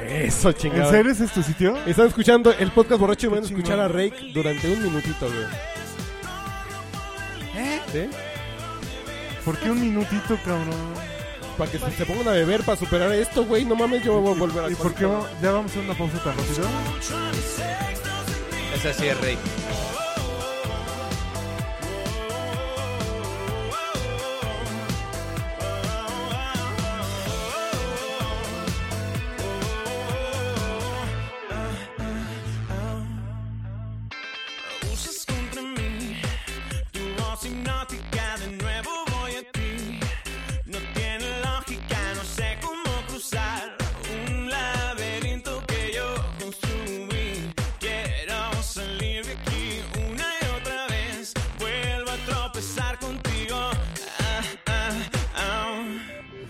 Speaker 5: Eso, chingada.
Speaker 6: ¿En serio ese es tu sitio?
Speaker 5: Están escuchando el podcast borracho y van a
Speaker 6: Qué
Speaker 5: escuchar
Speaker 6: chingón.
Speaker 5: a Rake durante un minutito, güey. ¿Sí?
Speaker 6: ¿Por qué ¿Eh? un minutito, cabrón?
Speaker 5: Para que se se pongan a beber para superar esto, güey. No mames, yo voy a volver a
Speaker 6: ¿Y por qué va- ya vamos a una pausa tan rápido?
Speaker 7: Ese sí es Reiki.
Speaker 8: Usas contra mí tu voz hipnótica, de nuevo voy a ti. No tiene lógica, no sé cómo cruzar un laberinto que yo construí. Quiero salir de aquí una y otra vez. Vuelvo a tropezar contigo. Ah, ah, ah.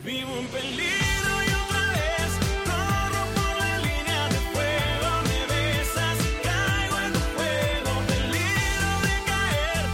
Speaker 8: Vivo un peligro y otra vez corro por la línea de fuego. Me besas y caigo en tu juego. Peligro de caer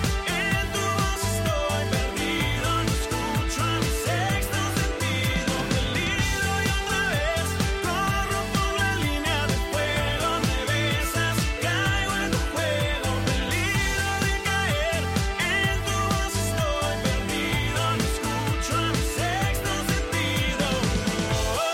Speaker 8: en tu voz. Estoy perdido. No escucho a mi sexto sentido. Peligro y otra vez corro por la línea de fuego. Me besas y caigo en tu juego. Peligro de caer en tu voz. Estoy perdido. No escucho a mi sexto sentido. Oh,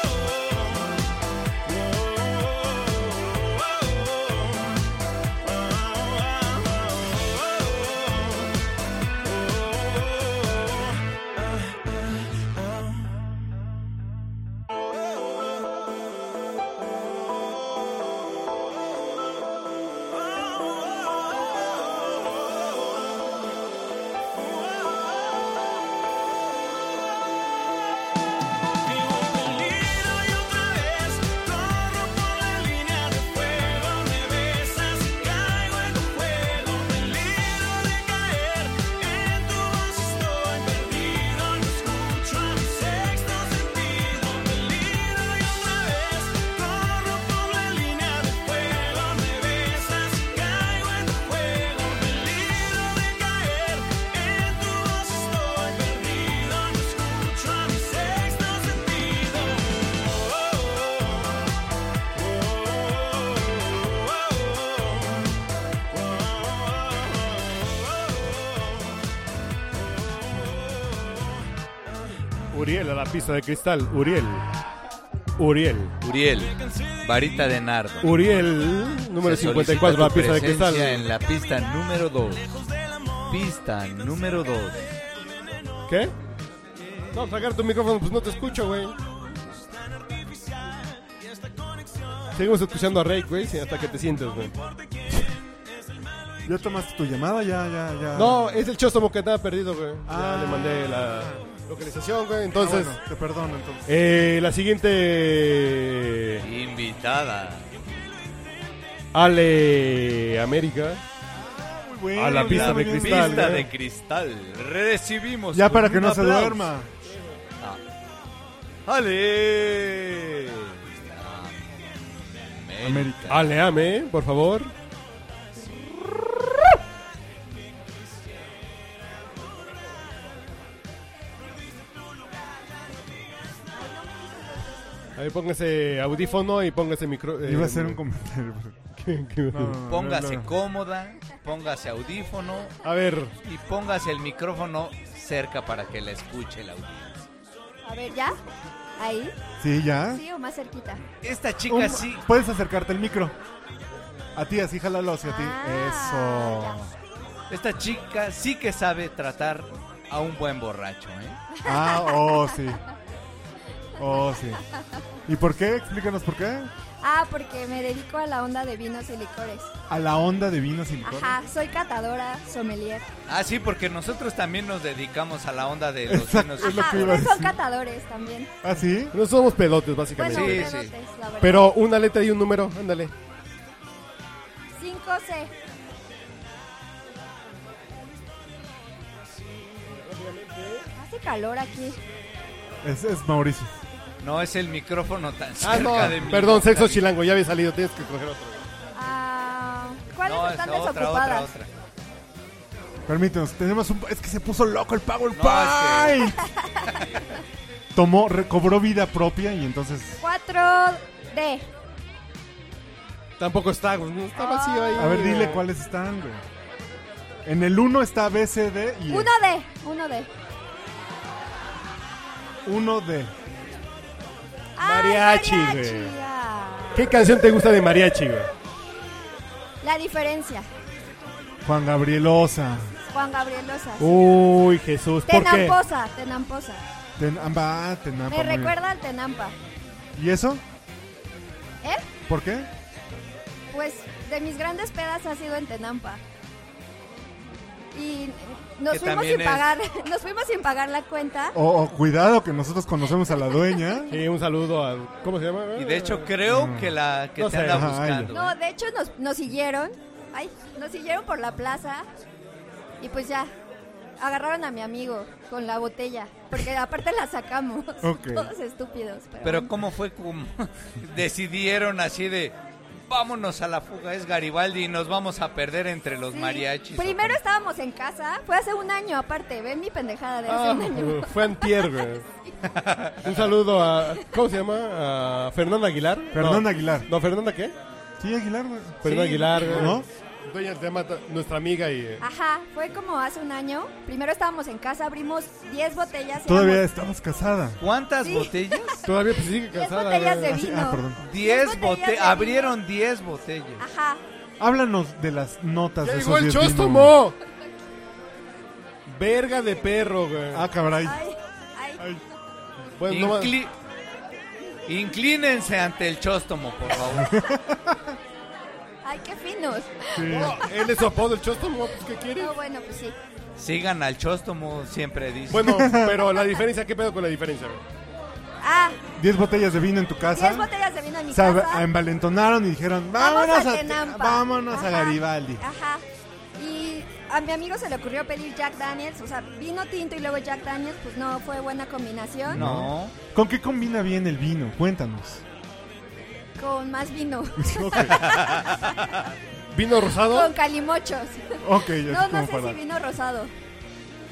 Speaker 8: Vivo peligro y otra vez corro por la línea de fuego. Me besas y caigo en tu juego. Peligro de caer en tu voz. Estoy perdido. No escucho a mi sexto sentido. Peligro y otra vez corro por la línea de fuego. Me besas y caigo en tu juego. Peligro de caer en tu voz. Estoy perdido. No escucho a mi sexto sentido. Oh,
Speaker 5: Uriel a la pista de cristal. Uriel. Uriel.
Speaker 7: Uriel, varita de nardo.
Speaker 5: Uriel, número
Speaker 7: Se solicita
Speaker 5: 54, la
Speaker 7: tu
Speaker 5: pista de
Speaker 7: presencia
Speaker 5: cristal.
Speaker 7: En la pista número 2. Pista número 2.
Speaker 5: ¿Qué? No, sacar tu micrófono, pues no te escucho, güey. Seguimos escuchando a Rake, güey, sí, hasta que te sientes, güey.
Speaker 6: ¿Ya tomaste tu llamada? Ya, ya, ya.
Speaker 5: No, es el chóstomo que estaba perdido, güey.
Speaker 6: Ah.
Speaker 5: Ya le mandé la localización, güey.
Speaker 6: Ah,
Speaker 5: Entonces,
Speaker 6: bueno, te perdono entonces.
Speaker 5: eh, la siguiente.
Speaker 7: Invitada.
Speaker 5: Ale América.
Speaker 6: Muy bueno,
Speaker 5: a la
Speaker 6: ya,
Speaker 5: pista
Speaker 6: muy
Speaker 5: de
Speaker 6: bien.
Speaker 5: cristal,
Speaker 7: Pista
Speaker 5: ¿eh?
Speaker 7: de cristal. Recibimos.
Speaker 6: Ya
Speaker 7: con
Speaker 6: para
Speaker 7: un
Speaker 6: que no se
Speaker 7: aplauso. Ah.
Speaker 6: duerma.
Speaker 7: ¡Ale!
Speaker 6: América.
Speaker 5: Ale Ame, por favor. A ver, póngase audífono y póngase micro. eh, eh,
Speaker 6: Iba a hacer un comentario. pero- No, no, no,
Speaker 7: Póngase
Speaker 6: no, no.
Speaker 7: cómoda, póngase audífono
Speaker 6: A ver,
Speaker 7: y póngase el micrófono cerca para que la escuche la audiencia.
Speaker 10: A ver, ¿ya? ¿Ahí?
Speaker 6: sí, ya.
Speaker 10: ¿Sí o más cerquita?
Speaker 7: Esta chica
Speaker 6: Un-
Speaker 7: sí.
Speaker 6: Puedes acercarte el micro. A ti, así jálalo hacia
Speaker 10: Ah,
Speaker 6: ti. Eso.
Speaker 7: Esta chica sí que sabe tratar a un buen borracho, ¿eh?
Speaker 6: Ah, oh, sí. Oh, sí. ¿Y por qué? Explícanos por qué.
Speaker 10: Ah, porque me dedico a la onda de vinos y licores.
Speaker 6: A la onda de vinos y licores.
Speaker 10: Ajá, soy catadora, sommelier.
Speaker 7: Ah, sí, porque nosotros también nos dedicamos a la onda de
Speaker 6: <laughs>
Speaker 7: los
Speaker 6: Exacto,
Speaker 7: vinos.
Speaker 6: es lo
Speaker 10: Ajá,
Speaker 6: que iba a
Speaker 10: ustedes son
Speaker 6: decir.
Speaker 10: catadores también.
Speaker 6: ¿Ah, sí?
Speaker 5: No somos pelotes,
Speaker 10: Bueno,
Speaker 5: básicamente.
Speaker 7: Sí,
Speaker 10: pedotes,
Speaker 7: sí.
Speaker 10: la verdad.
Speaker 5: Pero una letra y un número, ándale.
Speaker 10: 5C. Hace calor aquí.
Speaker 6: Es, es Mauricio.
Speaker 7: No es el micrófono tan cerca
Speaker 5: Ah, no,
Speaker 7: de mí.
Speaker 5: perdón, sexo chilango, ya había salido, tienes que coger otro.
Speaker 10: Ah, ¿Cuáles
Speaker 7: No,
Speaker 10: están
Speaker 7: es otra, otra,
Speaker 10: desocupadas?
Speaker 7: otra.
Speaker 6: Permítanos, tenemos un... Es que se puso loco el Power
Speaker 7: No,
Speaker 6: Pie. Tomó, recobró vida propia y entonces...
Speaker 10: 4D.
Speaker 5: Tampoco está, pues, no está vacío ahí.
Speaker 6: Ah, A ver, dile cuáles están, güey. En el 1 está BCD y
Speaker 10: 1D. 1D.
Speaker 6: 1D.
Speaker 10: Ay,
Speaker 5: Mariachi,
Speaker 10: mariachi,
Speaker 5: güey.
Speaker 10: ah.
Speaker 5: ¿Qué canción te gusta de mariachi, güey?
Speaker 10: La diferencia.
Speaker 6: Juan Gabrielosa.
Speaker 10: Juan Gabriel Lozas.
Speaker 6: Uh,
Speaker 5: Uy, Jesús, ¿por qué?
Speaker 10: Tenamposa, Tenamposa.
Speaker 6: Tenamba, Tenampa.
Speaker 10: Me
Speaker 6: muy bien.
Speaker 10: recuerda al Tenampa.
Speaker 6: ¿Y eso?
Speaker 10: ¿Eh?
Speaker 6: ¿Por qué?
Speaker 10: Pues de mis grandes pedas ha sido en Tenampa. Y nos
Speaker 7: Que
Speaker 10: fuimos
Speaker 7: también
Speaker 10: sin
Speaker 7: es-
Speaker 10: pagar, <laughs> nos fuimos sin pagar la cuenta.
Speaker 6: O, o cuidado que nosotros conocemos a la dueña.
Speaker 5: Sí, un saludo a... ¿Cómo se llama?
Speaker 7: Y de hecho creo que la que
Speaker 5: Mm. No
Speaker 7: te
Speaker 5: sé,
Speaker 7: anda
Speaker 6: ajá,
Speaker 7: buscando.
Speaker 10: No,
Speaker 7: ¿eh?
Speaker 10: de hecho nos, nos siguieron. Ay, nos siguieron por la plaza. Y pues ya, agarraron a mi amigo con la botella. Porque aparte la sacamos.
Speaker 6: Ok.
Speaker 10: Todos estúpidos. Pero,
Speaker 7: Pero cómo fue como <laughs> decidieron así de vámonos a la fuga es Garibaldi y nos vamos a perder entre los
Speaker 10: Sí.
Speaker 7: mariachis.
Speaker 10: Primero estábamos en casa. Fue hace un año aparte. Ven mi pendejada de hace
Speaker 5: Ah,
Speaker 10: un año.
Speaker 5: fue
Speaker 10: <laughs>
Speaker 5: antier, güey. Un saludo a... ¿Cómo se llama? A Fernanda Aguilar.
Speaker 6: Fernanda
Speaker 5: No.
Speaker 6: Aguilar.
Speaker 5: No, ¿Fernanda qué?
Speaker 6: Sí, Aguilar, güey.
Speaker 5: Fernanda Aguilar, güey.
Speaker 6: ¿No?
Speaker 5: Dueña se llama nuestra amiga y... eh,
Speaker 10: Ajá, fue como hace un año. Primero estábamos en casa, abrimos 10 botellas.
Speaker 6: Todavía
Speaker 10: éramos
Speaker 6: estabas casada.
Speaker 7: ¿Cuántas
Speaker 10: Sí.
Speaker 7: botellas?
Speaker 5: Todavía pues, sigue
Speaker 10: 10
Speaker 5: casada,
Speaker 10: botellas
Speaker 5: güey.
Speaker 10: de
Speaker 6: Ah, sí,
Speaker 10: vino.
Speaker 6: ah, perdón.
Speaker 7: Diez
Speaker 10: botellas de
Speaker 7: botellas.
Speaker 10: vino.
Speaker 7: Abrieron diez botellas.
Speaker 10: Ajá.
Speaker 6: Háblanos de las notas
Speaker 5: ¡Ya
Speaker 6: de
Speaker 5: llegó
Speaker 6: esos
Speaker 5: el
Speaker 6: 10 vinos.
Speaker 5: chóstomo! Verga de perro, güey.
Speaker 6: Ah, caray.
Speaker 10: Ay, ay.
Speaker 5: Pues, no más-
Speaker 7: Incli- Inclínense ante el chóstomo, por favor.
Speaker 5: <laughs>
Speaker 10: Ay, qué finos. <laughs>
Speaker 5: Oh, él es su apodo, el chóstomo, pues, ¿qué quiere?
Speaker 10: No, bueno, pues sí.
Speaker 7: Sigan al chóstomo, siempre dice. <laughs>
Speaker 5: Bueno, pero la diferencia, ¿qué pedo con la diferencia? güey?
Speaker 10: Ah,
Speaker 6: 10 botellas de vino en tu
Speaker 10: 10
Speaker 6: casa.
Speaker 10: botellas de vino en mi
Speaker 6: Se
Speaker 10: casa.
Speaker 6: envalentonaron y dijeron, vámonos a,
Speaker 10: Tenampa.
Speaker 6: vámonos a
Speaker 10: Ajá,
Speaker 6: Garibaldi.
Speaker 10: Ajá. Y a mi amigo se le ocurrió pedir Jack Daniels, o sea, vino tinto y luego Jack Daniels, pues no fue buena combinación
Speaker 7: no.
Speaker 6: ¿Con qué combina bien el vino?
Speaker 5: <laughs>
Speaker 6: Cuéntanos.
Speaker 10: con más vino,
Speaker 6: Ok,
Speaker 5: ¿Vino
Speaker 10: con
Speaker 5: rosado?
Speaker 10: calimochos.
Speaker 6: ok, ya
Speaker 10: No,
Speaker 6: como
Speaker 10: no sé
Speaker 6: para-
Speaker 10: si vino rosado.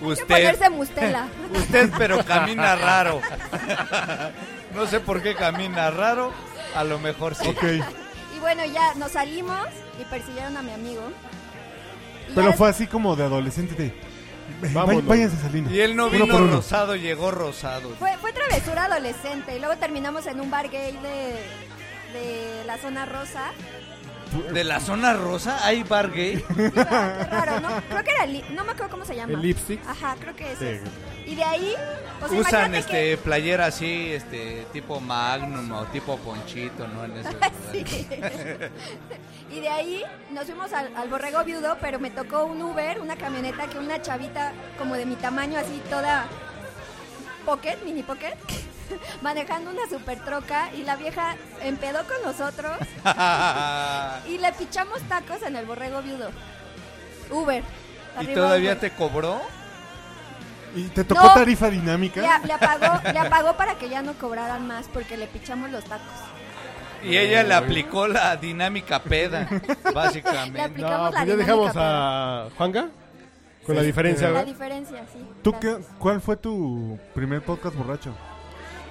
Speaker 10: Hay que
Speaker 7: Usted,
Speaker 10: ponerse mustela.
Speaker 7: usted pero camina raro. No sé por qué camina raro. A lo mejor sí.
Speaker 6: Ok,
Speaker 10: Y bueno, ya nos salimos y persiguieron a mi amigo. Y
Speaker 6: pero
Speaker 10: ya
Speaker 6: fue así como de adolescente de... "Ven,
Speaker 5: Vámonos".
Speaker 6: Váyanse saliendo.
Speaker 7: Y él no
Speaker 6: Uno
Speaker 7: vino
Speaker 6: por uno.
Speaker 7: rosado, llegó rosado.
Speaker 10: Fue, fue travesura adolescente y luego terminamos en un bar gay de, de la zona rosa.
Speaker 7: ¿De la zona rosa hay bar gay?
Speaker 10: Digo, ah, qué raro,
Speaker 5: <laughs>
Speaker 10: ¿no? Creo que era el li- no me acuerdo cómo se llama.
Speaker 5: ¿El lipstick?
Speaker 10: Ajá, creo que es.
Speaker 5: Sí.
Speaker 10: ese. Y de ahí, o sea,
Speaker 7: Usan
Speaker 10: imagínate
Speaker 7: este playera así, este tipo Magnum o tipo Ponchito, ¿no? En ese lugar.
Speaker 10: que... <laughs> Sí. y de ahí nos fuimos al, al borrego viudo, pero me tocó un Uber, una camioneta que una chavita como de mi tamaño, así toda pocket, mini pocket, <laughs> manejando una super troca y la vieja empedó con nosotros y le pichamos tacos en el borrego viudo. Uber.
Speaker 7: ¿Y
Speaker 10: Arriba
Speaker 7: todavía
Speaker 10: Uber.
Speaker 7: te cobró?
Speaker 6: ¿Y te tocó
Speaker 10: No.
Speaker 6: tarifa dinámica?
Speaker 10: Le, a- le apagó, le
Speaker 6: <laughs>
Speaker 10: apagó para que ya no cobraran más porque le pichamos los tacos.
Speaker 7: Y ella le aplicó la dinámica peda,
Speaker 5: <laughs>
Speaker 10: Le
Speaker 7: básicamente.
Speaker 10: aplicamos
Speaker 5: Ah,
Speaker 10: la
Speaker 5: pues ya
Speaker 10: dinámica,
Speaker 5: dejamos
Speaker 10: pero-
Speaker 5: a Juanga con la diferencia,
Speaker 10: La
Speaker 5: güey.
Speaker 10: diferencia, sí.
Speaker 6: ¿Tú
Speaker 10: La-
Speaker 6: qué, ¿Cuál fue tu primer podcast borracho?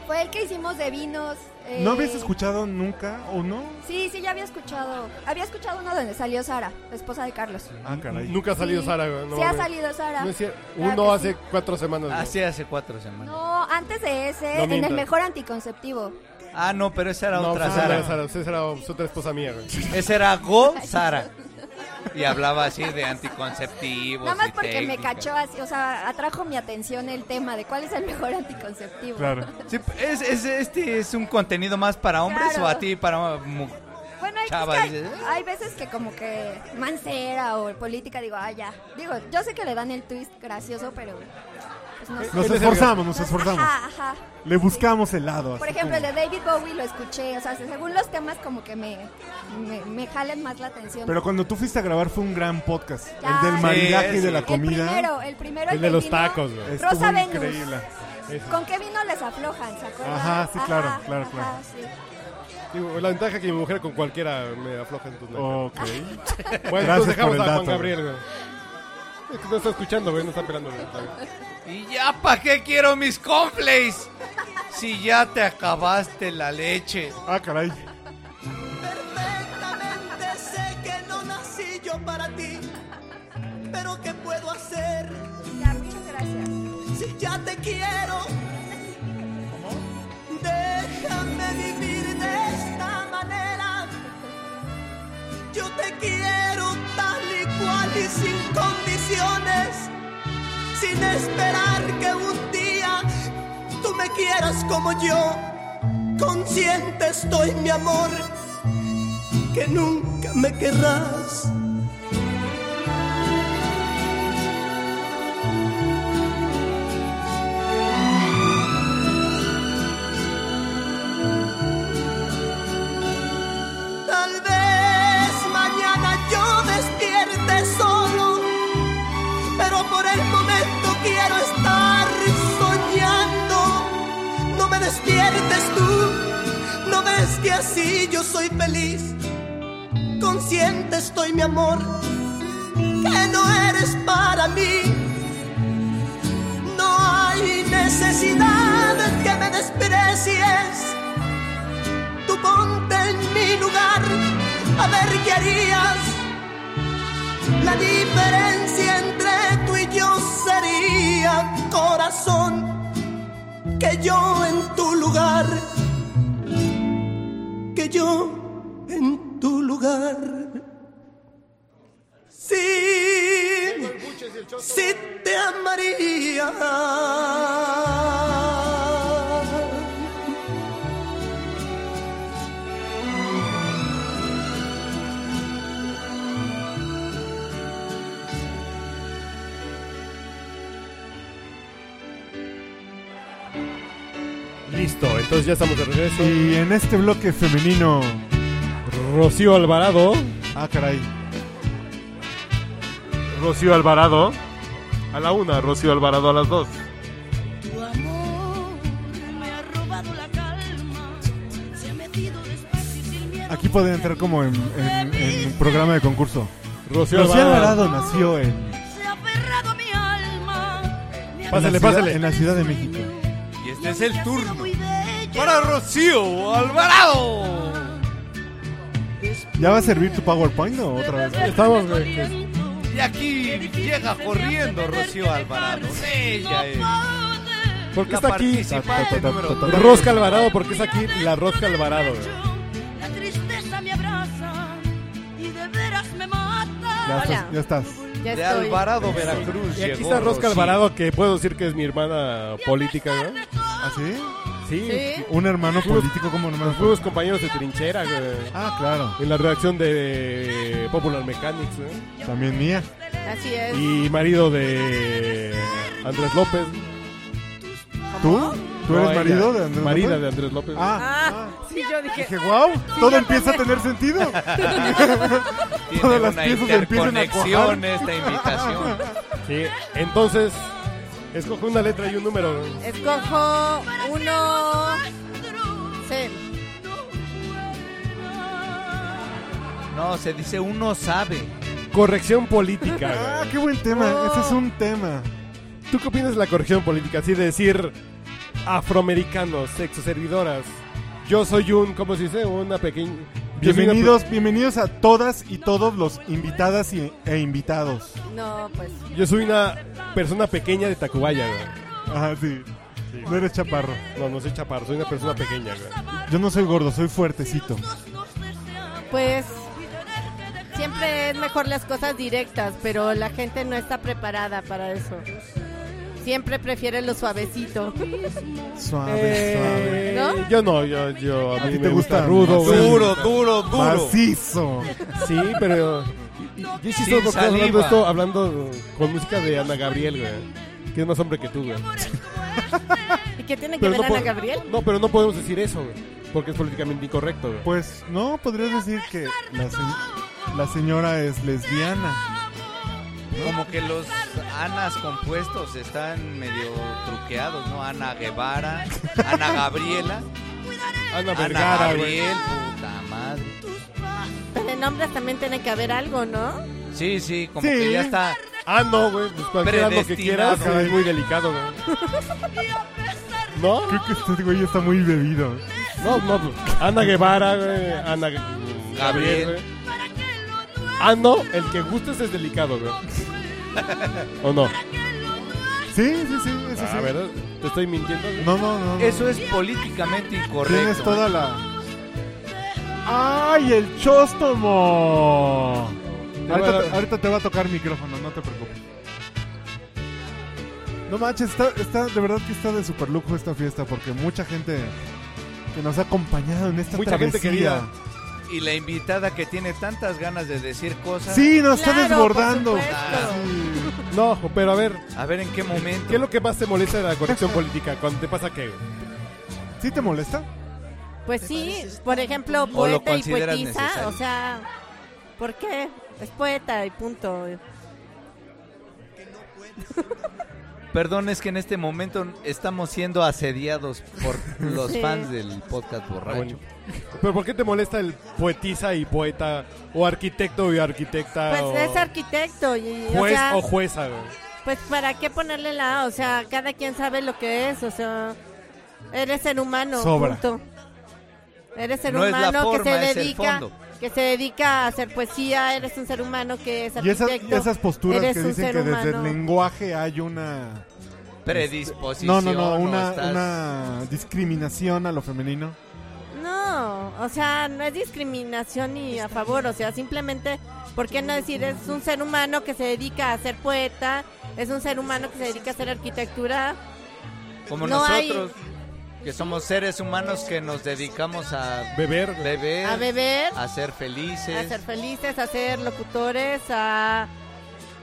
Speaker 10: Fue el que hicimos de vinos. eh,
Speaker 6: ¿No habías escuchado nunca o no?
Speaker 10: Sí, sí, ya había escuchado. Había escuchado uno donde salió Sara, la esposa de Carlos.
Speaker 6: Ah, caray.
Speaker 5: Nunca ha salido
Speaker 10: Sí.
Speaker 5: Sara, güey, no
Speaker 10: sí ha
Speaker 5: mames.
Speaker 10: salido Sara.
Speaker 5: No es cier-
Speaker 10: Claro
Speaker 5: Uno
Speaker 10: que
Speaker 5: hace
Speaker 10: sí.
Speaker 5: cuatro semanas. güey.
Speaker 7: Así hace cuatro semanas.
Speaker 10: No, antes de ese,
Speaker 5: No
Speaker 10: en
Speaker 5: mientas.
Speaker 10: el mejor anticonceptivo.
Speaker 7: Ah, no, pero esa era
Speaker 5: No,
Speaker 7: otra
Speaker 5: pues,
Speaker 7: Sara.
Speaker 5: era Sara, pues, era otra esposa mía, güey.
Speaker 7: Esa era Go Sara. Y hablaba así de anticonceptivos.
Speaker 10: Nada más
Speaker 7: y
Speaker 10: porque me
Speaker 7: técnicas.
Speaker 10: cachó así, o sea, atrajo mi atención el tema de cuál es el mejor anticonceptivo.
Speaker 7: Sí, es, es- este es un contenido más para hombres
Speaker 10: Claro.
Speaker 7: o a ti para mu-
Speaker 10: Bueno, hay, es
Speaker 7: Chava,
Speaker 10: que hay-
Speaker 7: dices, ¿eh?
Speaker 10: hay veces que como que mancera o política digo, ah, ya. Digo, yo sé que le dan el twist gracioso, pero pues no sé.
Speaker 6: Eh, Nos esforzamos, nos esforzamos.
Speaker 10: Ajá, ajá.
Speaker 6: Le buscamos el lado. así
Speaker 10: Por ejemplo, el
Speaker 6: como-
Speaker 10: de David Bowie lo escuché, o sea, según los temas como que me, me, me jalan más la atención.
Speaker 6: Pero cuando tú fuiste a grabar fue un gran podcast.
Speaker 10: Ya,
Speaker 6: el del
Speaker 10: sí,
Speaker 6: maridaje y
Speaker 7: sí.
Speaker 6: de la
Speaker 10: el
Speaker 6: comida.
Speaker 10: primero, el primero,
Speaker 5: El
Speaker 10: el
Speaker 5: de
Speaker 10: del
Speaker 5: los
Speaker 10: vino,
Speaker 5: tacos, güey.
Speaker 6: Estuvo
Speaker 10: Rosa Venus.
Speaker 6: increíble.
Speaker 10: ¿Con qué vino les aflojan, se acuerdan?
Speaker 6: Ajá, sí, claro, claro, claro.
Speaker 10: sí.
Speaker 5: Digo, la ventaja que mi mujer con cualquiera me afloja en tus
Speaker 6: Ok.
Speaker 5: Bueno,
Speaker 6: Gracias
Speaker 5: entonces dejamos
Speaker 6: por
Speaker 5: a
Speaker 6: el
Speaker 5: Juan
Speaker 6: dato,
Speaker 5: Gabriel, güey. Es que no está escuchando, güey, no está pelando. güey.
Speaker 7: ¿Y ya para qué quiero mis conflays? Si ya te acabaste la leche.
Speaker 6: Ah, caray.
Speaker 1: Perfectamente sé que no nací yo para ti, pero ¿qué puedo hacer
Speaker 10: Ya, muchas gracias.
Speaker 1: si ya te quiero? Déjame vivir de esta manera. Yo te quiero tal y cual y sin condiciones, sin esperar que un día tú me quieras como yo. Consciente estoy, mi amor, que nunca me querrás. Tal vez mañana yo despierte solo, pero por el momento quiero estar soñando. No me despiertes tú, no ves que así yo soy feliz. Consciente estoy, mi amor, que no eres para mí. No hay necesidad que me desprecies tú ponte en mi lugar, a ver qué harías. La diferencia entre tú y yo sería, corazón, que yo en tu lugar, que yo en tu lugar. Sí, sí te amaría.
Speaker 5: Listo, entonces ya estamos de regreso.
Speaker 6: Y en este bloque femenino.
Speaker 5: Rocío Alvarado.
Speaker 6: Ah, caray.
Speaker 5: Rocío Alvarado. A la una, Rocío Alvarado a las dos.
Speaker 1: Tu amor me ha robado la calma, se ha metido despacio sin miedo.
Speaker 6: Aquí puede entrar como en, en, en programa de concurso.
Speaker 5: Rocío
Speaker 6: Rocío
Speaker 5: Alvarado.
Speaker 6: Alvarado nació en,
Speaker 1: Se ha aferrado a mi alma. me ha
Speaker 5: Pásale,
Speaker 6: en la ciudad-
Speaker 5: pásale.
Speaker 6: en la Ciudad de México.
Speaker 7: Y este es el
Speaker 1: sido
Speaker 7: turno
Speaker 1: muy bello.
Speaker 7: para Rocío Alvarado.
Speaker 6: ¿Ya va a servir tu PowerPoint o otra vez?
Speaker 5: Estamos, güey.
Speaker 6: pues,
Speaker 7: Y aquí llega corriendo Rocío Alvarado. Ella es
Speaker 5: ¿Por qué
Speaker 7: la
Speaker 5: está aquí?
Speaker 7: participante número dos.
Speaker 5: Rosca Alvarado, porque es aquí la Rosca Alvarado. güey.
Speaker 1: La tristeza me abraza y de veras me mata.
Speaker 6: Ya estás. Ya estás.
Speaker 4: Ya
Speaker 7: De
Speaker 4: estoy.
Speaker 7: Alvarado, Veracruz.
Speaker 5: Y aquí
Speaker 7: llegó
Speaker 5: está Rosca
Speaker 7: Rocío.
Speaker 5: Alvarado, que puedo decir que es mi hermana política, ¿no?
Speaker 6: ¿Ah, sí?
Speaker 4: Sí.
Speaker 6: Un hermano político como hermano
Speaker 5: Fuimos
Speaker 6: político.
Speaker 5: compañeros de trinchera, güey.
Speaker 6: Ah, claro.
Speaker 5: En la redacción de Popular Mechanics, güey.
Speaker 6: También mía.
Speaker 4: Así es.
Speaker 5: Y marido de Andrés López.
Speaker 6: ¿Tú? ¿Tú eres
Speaker 5: No, ella.
Speaker 6: marido de Andrés
Speaker 5: Marida
Speaker 6: López?
Speaker 5: de Andrés López.
Speaker 6: Ah, ah.
Speaker 4: Sí, yo dije.
Speaker 6: dije, wow, todo empieza a tener
Speaker 4: <laughs>
Speaker 6: sentido.
Speaker 7: Tiene
Speaker 6: Todas las
Speaker 7: una
Speaker 6: piezas empiezan a
Speaker 7: interconexión
Speaker 6: cuajar.
Speaker 7: esta invitación.
Speaker 5: Sí, entonces escoge una letra y un número. güey.
Speaker 4: Escojo uno. C.
Speaker 7: No, se dice uno sabe.
Speaker 5: Corrección política.
Speaker 6: Ah,
Speaker 5: güey.
Speaker 6: qué buen tema. Ese es un tema.
Speaker 5: ¿Tú qué opinas de la corrección política? Así de decir, afroamericanos, sexo servidoras. Yo soy un, ¿cómo se dice? Una pequeña. yo soy una
Speaker 6: Bienvenidos, bienvenidos a todas y todos los invitadas y- e invitados.
Speaker 10: No, pues.
Speaker 5: pe- Yo soy una persona pequeña de Tacubaya, güey.
Speaker 6: Ajá, sí. No eres chaparro.
Speaker 5: No, no soy chaparro, soy una persona pequeña, güey.
Speaker 6: Yo no soy gordo, soy fuertecito.
Speaker 11: Pues siempre es mejor las cosas directas, pero la gente no está preparada para eso. Siempre prefiere lo suavecito.
Speaker 6: Suave,
Speaker 5: Eh,
Speaker 11: suave.
Speaker 5: Yo no, yo, yo a mí
Speaker 6: ti te
Speaker 5: me
Speaker 6: gusta
Speaker 5: gusta, rudo,
Speaker 6: macizo?
Speaker 5: güey.
Speaker 6: Duro, duro, duro. Macizo.
Speaker 5: Sí, pero y- y- yo sí
Speaker 7: Sin
Speaker 5: estoy hablando
Speaker 7: saliva.
Speaker 5: esto hablando con música de Ana Gabriel, güey. Que es más hombre que tú, güey.
Speaker 11: ¿Y qué tiene que
Speaker 5: Pero
Speaker 11: ver
Speaker 5: no
Speaker 11: Ana
Speaker 5: po-
Speaker 11: Gabriel?
Speaker 5: No, pero no podemos decir eso, güey, porque es políticamente incorrecto, güey.
Speaker 6: Pues no, podrías decir que la, se- la señora es lesbiana.
Speaker 7: <laughs> Como que los Anas compuestos están medio truqueados, ¿no? Ana Guevara, Ana Gabriela,
Speaker 5: Ana
Speaker 7: Ana
Speaker 5: Vergara, güey.
Speaker 7: Gabriel, puta madre.
Speaker 11: Pues de nombres también tiene que haber algo, ¿no?
Speaker 7: Sí, sí, como
Speaker 11: Sí.
Speaker 7: que ya está.
Speaker 5: Ah, no, güey, pues cualquier algo que quieras
Speaker 7: Predestinado.
Speaker 5: es muy delicado, güey. ¿No?
Speaker 6: Creo que este güey está muy bebido.
Speaker 5: No, no, pues, Ana Guevara, güey, Ana mm, Gabriel, güey. Ah, no, el que gustes es delicado, güey.
Speaker 6: <laughs>
Speaker 5: ¿O no?
Speaker 6: Sí, sí, sí, eso
Speaker 5: Ah,
Speaker 6: sí.
Speaker 5: ¿verdad? ¿Te estoy mintiendo? güey?
Speaker 6: No, no, no. no.
Speaker 7: Eso es políticamente incorrecto. ¿eh?
Speaker 6: Tienes toda la. ¡Ay, el chóstomo!
Speaker 5: Te voy a
Speaker 6: Ahorita,
Speaker 5: dar-
Speaker 6: ahorita te va a tocar micrófono, no te preocupes. No manches, está, está- de verdad que está de super lujo esta fiesta porque mucha gente que nos ha acompañado en esta
Speaker 5: Mucha gente
Speaker 6: travesía.
Speaker 5: querida.
Speaker 7: Y la invitada que tiene tantas ganas de decir cosas. Ah.
Speaker 6: Sí, nos está desbordando.
Speaker 5: No, pero a ver,
Speaker 7: A ver en qué momento.
Speaker 5: ¿qué es lo que más te molesta de la corrección <laughs> política? ¿Cuándo te pasa qué, güey?
Speaker 6: ¿Sí te molesta?
Speaker 11: Pues sí, por ejemplo,
Speaker 7: lo
Speaker 11: poeta y
Speaker 7: consideras
Speaker 11: poetisa,
Speaker 7: necesario?
Speaker 11: o sea, ¿por qué? Es poeta y punto.
Speaker 7: Perdón, es que en este momento estamos siendo asediados
Speaker 11: <laughs>
Speaker 7: por los
Speaker 11: Sí.
Speaker 7: fans del podcast
Speaker 5: Ah,
Speaker 7: borracho.
Speaker 5: bueno. ¿Pero por qué te molesta el poetisa y poeta? ¿O arquitecto y arquitecta?
Speaker 11: Pues
Speaker 5: o
Speaker 11: es arquitecto y o
Speaker 5: juez
Speaker 11: sea,
Speaker 5: o jueza, güey?
Speaker 11: pues para qué ponerle la, A? o sea, cada quien sabe lo que es, o sea, eres ser humano,
Speaker 6: Sobra.
Speaker 11: punto. Eres ser
Speaker 7: No es la
Speaker 11: humano que
Speaker 7: forma,
Speaker 11: se
Speaker 7: es el
Speaker 11: dedica
Speaker 7: fondo.
Speaker 11: que se dedica a hacer poesía, eres un ser humano que es
Speaker 6: Y, esas,
Speaker 11: arquitecto.
Speaker 6: y esas posturas
Speaker 11: eres
Speaker 6: que
Speaker 11: un
Speaker 6: dicen
Speaker 11: ser
Speaker 6: que desde
Speaker 11: humano.
Speaker 6: el lenguaje hay una. No,
Speaker 5: este,
Speaker 7: Predisposición.
Speaker 6: no, no,
Speaker 7: o
Speaker 6: una,
Speaker 7: estás-
Speaker 6: una discriminación a lo femenino.
Speaker 11: No, o sea, no es discriminación ni a favor, o sea, simplemente, ¿por qué no decir? Es un ser humano que se dedica a ser poeta, es un ser humano que se dedica a hacer arquitectura.
Speaker 7: Como
Speaker 11: No hay-
Speaker 7: nosotros, que somos seres humanos que nos dedicamos a
Speaker 5: Beber, güey.
Speaker 7: beber,
Speaker 11: A beber,
Speaker 7: a ser felices.
Speaker 5: Este,
Speaker 11: a ser felices, a ser locutores, a...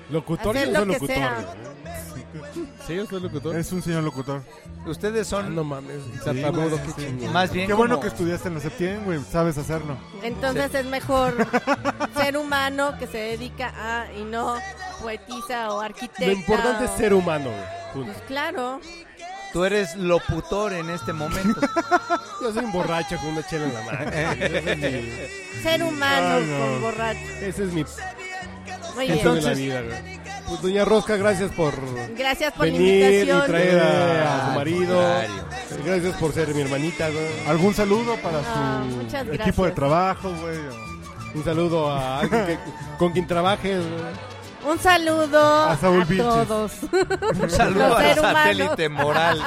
Speaker 5: Locutor y
Speaker 11: Hacer
Speaker 5: no
Speaker 11: lo
Speaker 5: soy
Speaker 11: que
Speaker 5: locutor.
Speaker 11: sea.
Speaker 5: güey. Sí, yo soy locutor.
Speaker 6: Es un señor locutor.
Speaker 7: Ustedes
Speaker 5: Ah,
Speaker 7: son
Speaker 5: No mames, tartamudo,
Speaker 6: güey,
Speaker 5: qué
Speaker 6: sí.
Speaker 5: chingón.
Speaker 7: más bien
Speaker 6: Qué bueno
Speaker 7: como-
Speaker 6: que estudiaste en la septiembre, güey. Sabes hacerlo.
Speaker 5: ¿eh?
Speaker 11: Entonces es mejor
Speaker 5: <laughs>
Speaker 11: ser humano que se dedica a y no poetisa o arquitecta.
Speaker 5: Lo importante es
Speaker 11: o-
Speaker 5: ser humano, güey.
Speaker 11: Pues
Speaker 5: Punto.
Speaker 11: claro,
Speaker 7: tú eres locutor en este momento.
Speaker 5: Yo soy un borracho con una chela en la
Speaker 7: <laughs>
Speaker 5: mano. Ese es mi-
Speaker 11: ser
Speaker 5: Ah,
Speaker 11: humano
Speaker 6: Ay, no.
Speaker 11: con borracho.
Speaker 5: Ese es mi
Speaker 11: Muy bien.
Speaker 5: punto de la vida, güey. Pues, doña Rosca, gracias por
Speaker 11: Gracias por la
Speaker 5: venir
Speaker 11: invitación.
Speaker 5: y traer a, a
Speaker 7: Al
Speaker 5: su marido.
Speaker 7: contrario.
Speaker 5: Gracias por ser mi hermanita, güey.
Speaker 6: ¿Algún saludo para
Speaker 11: Ah,
Speaker 6: su
Speaker 11: muchas gracias.
Speaker 6: equipo de trabajo, güey? o-
Speaker 5: Un saludo a alguien que- con quien trabajes, güey.
Speaker 11: Un saludo
Speaker 6: A
Speaker 11: a,
Speaker 6: Saúl Vilches.
Speaker 11: todos.
Speaker 5: <laughs>
Speaker 7: Un saludo
Speaker 11: Los
Speaker 7: al
Speaker 11: ser humanos. <laughs>
Speaker 7: satélite moral,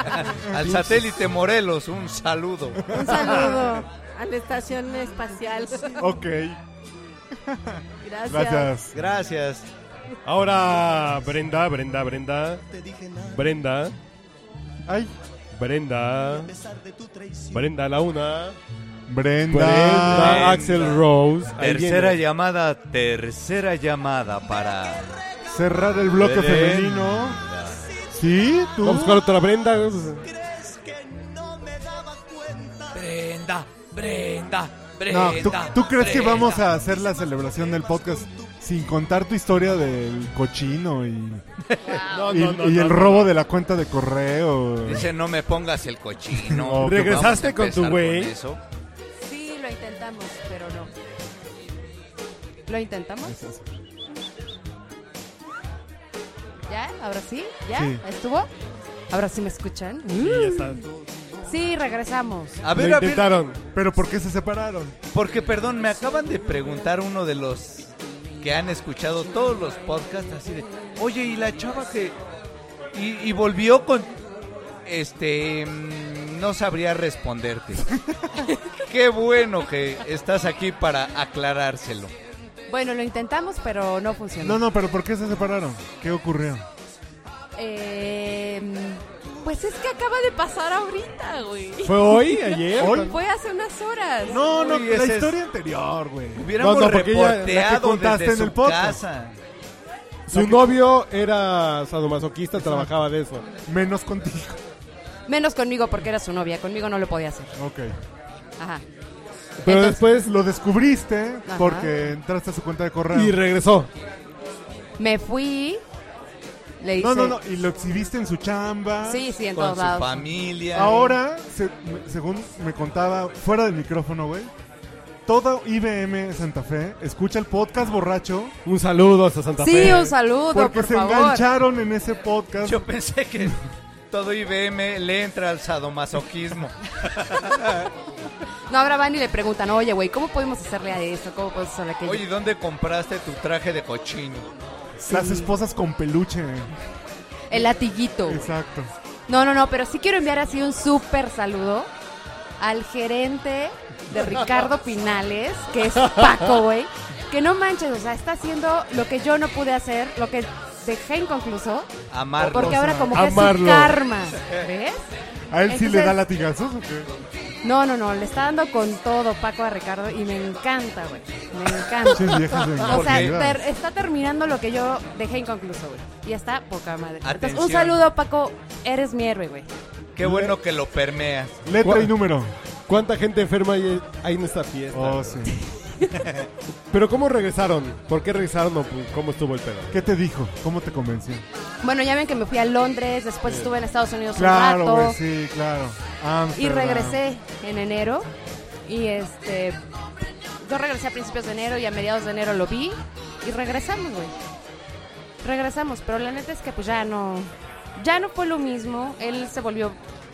Speaker 7: al satélite Morelos, un saludo.
Speaker 11: Un saludo a la estación espacial. Gracias. <laughs>
Speaker 6: Ok, gracias.
Speaker 7: Gracias.
Speaker 5: Ahora, Brenda, Brenda, Brenda. Brenda,
Speaker 6: Ay,
Speaker 5: Brenda. Brenda, la una.
Speaker 6: Brenda.
Speaker 5: Brenda, Axel Rose. Ahí
Speaker 7: Tercera
Speaker 5: viene.
Speaker 7: llamada, tercera llamada para
Speaker 6: Cerrar el bloque
Speaker 7: Brenda.
Speaker 6: femenino. ¿Sí? ¿Tú?
Speaker 5: Vamos a buscar otra Brenda. güey.
Speaker 1: Brenda, Brenda,
Speaker 6: No, ¿tú, tú crees que vamos a hacer la celebración del podcast sin contar tu historia del cochino y,
Speaker 5: No,
Speaker 6: y,
Speaker 5: no,
Speaker 6: y
Speaker 5: no, no,
Speaker 6: el
Speaker 5: no.
Speaker 6: robo de la cuenta de correo?
Speaker 7: Dice, no me pongas el
Speaker 6: <laughs>
Speaker 7: cochino.
Speaker 5: No, ¿regresaste
Speaker 7: Vamos
Speaker 5: con
Speaker 7: a
Speaker 5: tu
Speaker 7: empezar
Speaker 5: güey?
Speaker 7: con eso.
Speaker 11: Sí, lo intentamos, pero no. ¿Lo intentamos? ¿Ya? ¿Ahora sí? ¿Ya?
Speaker 6: Sí.
Speaker 11: ¿Estuvo? ¿Ahora sí me escuchan?
Speaker 5: Sí, ya está.
Speaker 4: Sí, regresamos.
Speaker 7: A ver, a ver.
Speaker 6: ¿Pero por qué se separaron?
Speaker 7: Porque, perdón, me acaban de preguntar uno de los que han escuchado todos los podcasts así de, oye, y la chava que... Y, y volvió con... Este... mm, No sabría responderte. Qué bueno que estás aquí para aclarárselo.
Speaker 12: Bueno, lo intentamos, pero no funcionó.
Speaker 6: No, no, pero ¿por qué se separaron? ¿Qué ocurrió?
Speaker 12: Eh, pues es que acaba de pasar ahorita, güey.
Speaker 6: ¿Fue hoy? ¿Ayer? ¿Hoy?
Speaker 12: Fue hace unas horas.
Speaker 6: No, no,
Speaker 7: Uy,
Speaker 6: la
Speaker 7: ese es-
Speaker 6: historia anterior, güey.
Speaker 7: Hubiéramos
Speaker 5: No, no, porque ella- la que
Speaker 7: reporteado
Speaker 5: contaste
Speaker 7: desde
Speaker 5: en el
Speaker 7: su
Speaker 5: podcast.
Speaker 7: casa.
Speaker 5: Su novio era sadomasoquista, trabajaba de eso.
Speaker 6: Menos contigo.
Speaker 12: Menos conmigo porque era su novia. Conmigo no lo podía hacer.
Speaker 6: Ok.
Speaker 12: Ajá.
Speaker 6: Pero después lo descubriste
Speaker 12: Ajá.
Speaker 6: porque entraste a su cuenta de correo.
Speaker 5: Y regresó.
Speaker 12: Me fui. Le hice...
Speaker 6: No, no, no. Y lo exhibiste en su chamba.
Speaker 12: Sí, sí, en Con todos su lados. familia.
Speaker 6: Ahora, se- me- según me contaba, fuera del micrófono, güey. Todo IBM Santa Fe escucha el podcast borracho.
Speaker 5: Un saludo hasta Santa
Speaker 12: Sí,
Speaker 5: Fe.
Speaker 12: un saludo,
Speaker 6: Porque
Speaker 12: por
Speaker 6: se
Speaker 12: favor.
Speaker 6: engancharon en ese podcast.
Speaker 7: Yo pensé que todo IBM le entra al sadomasoquismo.
Speaker 12: No, ahora van y le preguntan, oye, güey, ¿cómo podemos hacerle a eso? ¿Cómo podemos hacerle a aquello?
Speaker 7: Oye, ¿y ¿dónde compraste tu traje de cochino?
Speaker 6: <laughs> Las esposas con peluche.
Speaker 12: El latiguito.
Speaker 6: Exacto.
Speaker 12: No, no, no, pero sí quiero enviar así un súper saludo al gerente de Ricardo Pinales, que es Paco, güey. Que no manches, o sea, está haciendo lo que yo no pude hacer, lo que dejé inconcluso.
Speaker 7: Amarlo.
Speaker 12: Porque ahora como que
Speaker 6: Amarlo.
Speaker 12: es su karma, ¿ves?
Speaker 6: ¿A él sí le
Speaker 12: Entonces-
Speaker 6: da latigazos o qué?
Speaker 12: No, no, no, le está dando con todo Paco a Ricardo y me encanta, güey. Me encanta.
Speaker 6: Sí, viejas de
Speaker 12: o sea,
Speaker 6: mierda.
Speaker 12: ter- está terminando lo que yo dejé inconcluso, güey. Y está poca madre. Entonces,
Speaker 7: Atención.
Speaker 12: un saludo, Paco. Eres mi héroe, güey.
Speaker 7: Qué bueno que lo permeas.
Speaker 5: ¿Cuá-
Speaker 6: y número.
Speaker 5: ¿Cuánta gente enferma hay, hay en esta fiesta?
Speaker 6: Oh, sí.
Speaker 5: <laughs> Pero ¿cómo regresaron? ¿Por qué regresaron o cómo estuvo el pedo?
Speaker 6: ¿Qué te dijo? ¿Cómo te convenció?
Speaker 12: Bueno, ya ven que me fui a Londres, después estuve en Estados Unidos un
Speaker 6: Claro,
Speaker 12: rato
Speaker 6: güey, sí, claro.
Speaker 12: y
Speaker 6: Ámsterdam.
Speaker 12: regresé en enero y este yo regresé a principios de enero y a mediados de enero lo vi y regresamos, güey. Regresamos, pero la neta es que pues ya no ya no fue lo mismo, él se volvió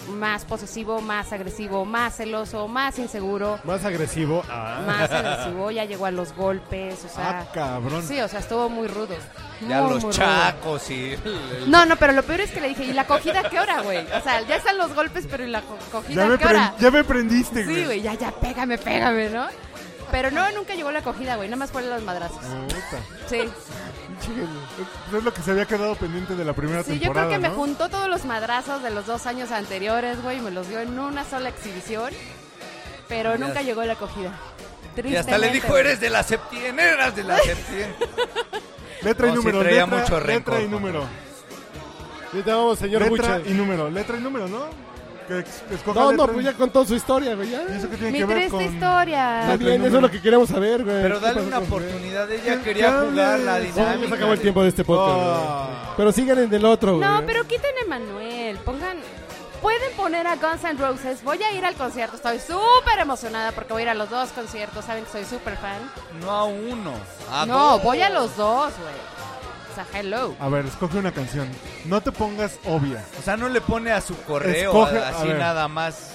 Speaker 12: más posesivo, más agresivo, más celoso, más inseguro,
Speaker 5: Más agresivo. Ah.
Speaker 6: <laughs>
Speaker 12: más agresivo, ya llegó a los golpes, o sea,
Speaker 5: Ah, cabrón.
Speaker 12: Sí, o sea, estuvo muy rudo.
Speaker 7: Ya
Speaker 12: muy,
Speaker 7: los
Speaker 12: muy rudo.
Speaker 7: chacos y... el- el-
Speaker 12: No, no, pero lo peor es que le dije, ¿y la cogida a qué hora, güey? O sea, ya están los golpes, pero ¿y la co- cogida
Speaker 6: Ya
Speaker 12: a
Speaker 6: me,
Speaker 12: qué hora?
Speaker 6: pren- ya me prendiste, güey.
Speaker 12: Sí, güey, ya, ya, pégame, pégame, ¿no? Pero no, nunca llegó la cogida, güey, nada más fueron los madrazos.
Speaker 6: Puta.
Speaker 12: Sí,
Speaker 6: Es lo que se había quedado pendiente de la primera
Speaker 12: sí yo creo
Speaker 6: temporada.
Speaker 12: que me
Speaker 6: ¿no?
Speaker 12: juntó todos los madrazos de los dos años anteriores, güey, y me los dio en una sola exhibición, pero
Speaker 7: Ya.
Speaker 12: nunca llegó la cogida.
Speaker 7: Y hasta le
Speaker 12: Tristemente,
Speaker 7: dijo,
Speaker 12: güey.
Speaker 7: eres de la septién, eras de
Speaker 12: <laughs>
Speaker 7: la septién.
Speaker 6: Letra y
Speaker 7: No, sí
Speaker 6: número,
Speaker 7: traía
Speaker 6: letra,
Speaker 7: mucho
Speaker 6: letra
Speaker 7: rencor,
Speaker 6: y número.
Speaker 5: Ya te vamos, señor
Speaker 6: letra
Speaker 5: Buche.
Speaker 6: y número, letra y número, ¿no? Que ex- escoja
Speaker 5: <laughs> No, no,
Speaker 6: letra y-
Speaker 5: pues ya contó su historia, güey. ya.
Speaker 6: ¿Y eso qué tiene
Speaker 12: Mi
Speaker 6: que ver
Speaker 12: triste
Speaker 6: con...?
Speaker 12: historia.
Speaker 5: Está bien, eso es lo que queremos saber, güey.
Speaker 7: Pero
Speaker 5: ¿Qué
Speaker 7: dale
Speaker 5: pasó
Speaker 7: una
Speaker 5: con-
Speaker 7: oportunidad, ella quería jugar la
Speaker 5: Sí, ya se acabó el
Speaker 7: dinámica. Oh.
Speaker 5: tiempo de este podcast. güey. Pero sigan en el otro, güey.
Speaker 12: No, pero quiten a Manuel, pongan... Pueden poner a Guns N' Roses, voy a ir al concierto, estoy súper emocionada porque voy a ir a los dos conciertos, saben que soy súper fan.
Speaker 7: No a uno, a
Speaker 12: no,
Speaker 7: dos.
Speaker 12: voy a los dos, güey. O sea, hello.
Speaker 6: A ver, escoge una canción. No te pongas obvia.
Speaker 7: O sea, no le pone a su correo,
Speaker 6: Escoge-
Speaker 7: a- así
Speaker 6: a ver.
Speaker 7: nada más.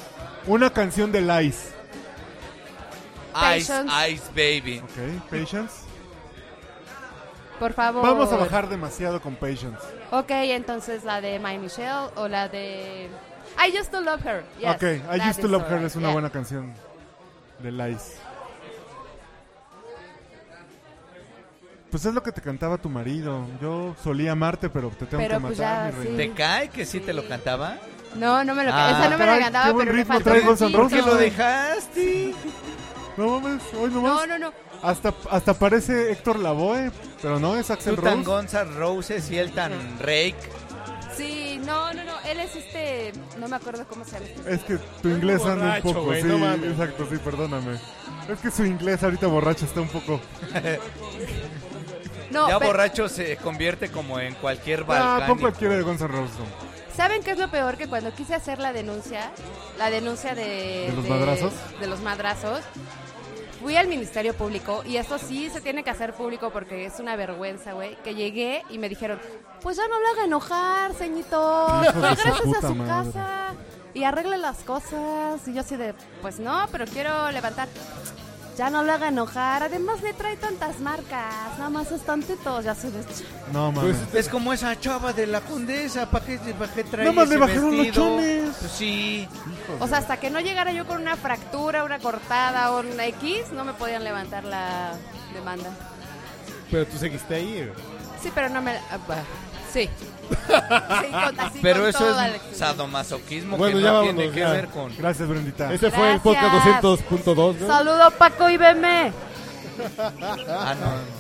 Speaker 6: Una canción de Lice.
Speaker 7: Ice,
Speaker 12: Patience.
Speaker 7: Ice Baby.
Speaker 6: Ok, Patience.
Speaker 12: Por favor.
Speaker 6: Vamos a bajar demasiado con Patience.
Speaker 12: Ok, entonces la de My Michelle o la de I Used to Love Her. Yes,
Speaker 6: ok, I
Speaker 12: that
Speaker 6: Used to
Speaker 12: is
Speaker 6: Love
Speaker 12: alright.
Speaker 6: Her es una
Speaker 12: Yeah.
Speaker 6: buena canción de Lice. Pues es lo que te cantaba tu marido. Yo solía amarte, pero te tengo
Speaker 12: Pero
Speaker 6: que
Speaker 12: pues
Speaker 6: matar.
Speaker 12: ya,
Speaker 6: mi reina.
Speaker 7: ¿Te cae que sí te lo cantaba?
Speaker 12: No, no me lo
Speaker 7: Ah,
Speaker 12: esa no me la
Speaker 6: caray, qué
Speaker 12: cantaba,
Speaker 6: buen
Speaker 12: pero me
Speaker 6: ritmo
Speaker 12: faltó
Speaker 6: trae Guns N'
Speaker 12: poquito.
Speaker 7: ¿Por qué
Speaker 6: Roses.
Speaker 7: lo dejaste?
Speaker 6: No mames, hoy nomás.
Speaker 12: No, no, no.
Speaker 6: Hasta, hasta parece Héctor Lavoe, pero no es
Speaker 7: Tú
Speaker 6: Axel
Speaker 7: tan
Speaker 6: Rose.
Speaker 7: Guns N' Roses y él tan Rake.
Speaker 12: Sí, no, no, no. Él es este. No me acuerdo cómo se llama. este
Speaker 6: Es que tu inglés anda un
Speaker 5: borracho,
Speaker 6: poco,
Speaker 5: güey,
Speaker 6: sí,
Speaker 5: no mames.
Speaker 6: exacto, sí, perdóname. Es que su inglés ahorita borracho está un
Speaker 7: <laughs>
Speaker 6: poco. Ah,
Speaker 12: No,
Speaker 7: ya
Speaker 12: pero-
Speaker 7: borracho se convierte como en cualquier
Speaker 6: Ah, pon
Speaker 7: balcán.
Speaker 6: cualquiera de Guns N' Roses.
Speaker 12: ¿Saben qué es lo peor? Que cuando quise hacer la denuncia, la denuncia de...
Speaker 6: ¿De los madrazos?
Speaker 12: De los madrazos, fui al Ministerio Público, y esto sí se tiene que hacer público porque es una vergüenza, güey, que llegué y me dijeron, pues ya no lo haga enojar, ceñito,
Speaker 6: Hijo de su
Speaker 12: regresas a
Speaker 6: puta
Speaker 12: su
Speaker 6: madre.
Speaker 12: casa. y arregle las cosas. Y yo así de, pues no, pero quiero levantar. Ya no lo haga enojar. Además le trae tantas marcas. Nada más es tantito. Ya se de...
Speaker 6: No, mames.
Speaker 7: es como esa chava de la condesa, ¿para qué, pa' qué trae
Speaker 6: Nada más
Speaker 7: ese
Speaker 6: le bajaron los
Speaker 7: vestido?
Speaker 6: chones.
Speaker 7: Pues sí.
Speaker 12: O sea, hasta que no llegara yo con una fractura, una cortada o una X, no me podían levantar la demanda.
Speaker 5: Pero tú seguiste ahí. güey.
Speaker 12: Sí, pero no me... ah, bah, sí. Sí, con-
Speaker 7: <laughs>
Speaker 12: así
Speaker 7: Pero
Speaker 12: con
Speaker 7: eso
Speaker 12: todo,
Speaker 7: es
Speaker 12: Alex.
Speaker 7: sadomasoquismo
Speaker 5: Bueno,
Speaker 7: que
Speaker 5: ya
Speaker 7: no
Speaker 5: vámonos,
Speaker 7: tiene que
Speaker 5: ya.
Speaker 7: ver con...
Speaker 6: Gracias, Brendita.
Speaker 5: Ese fue el podcast
Speaker 12: Gracias.
Speaker 5: 200.2. ¿no?
Speaker 12: Saludo Paco y Beme.
Speaker 7: Ah, no, no.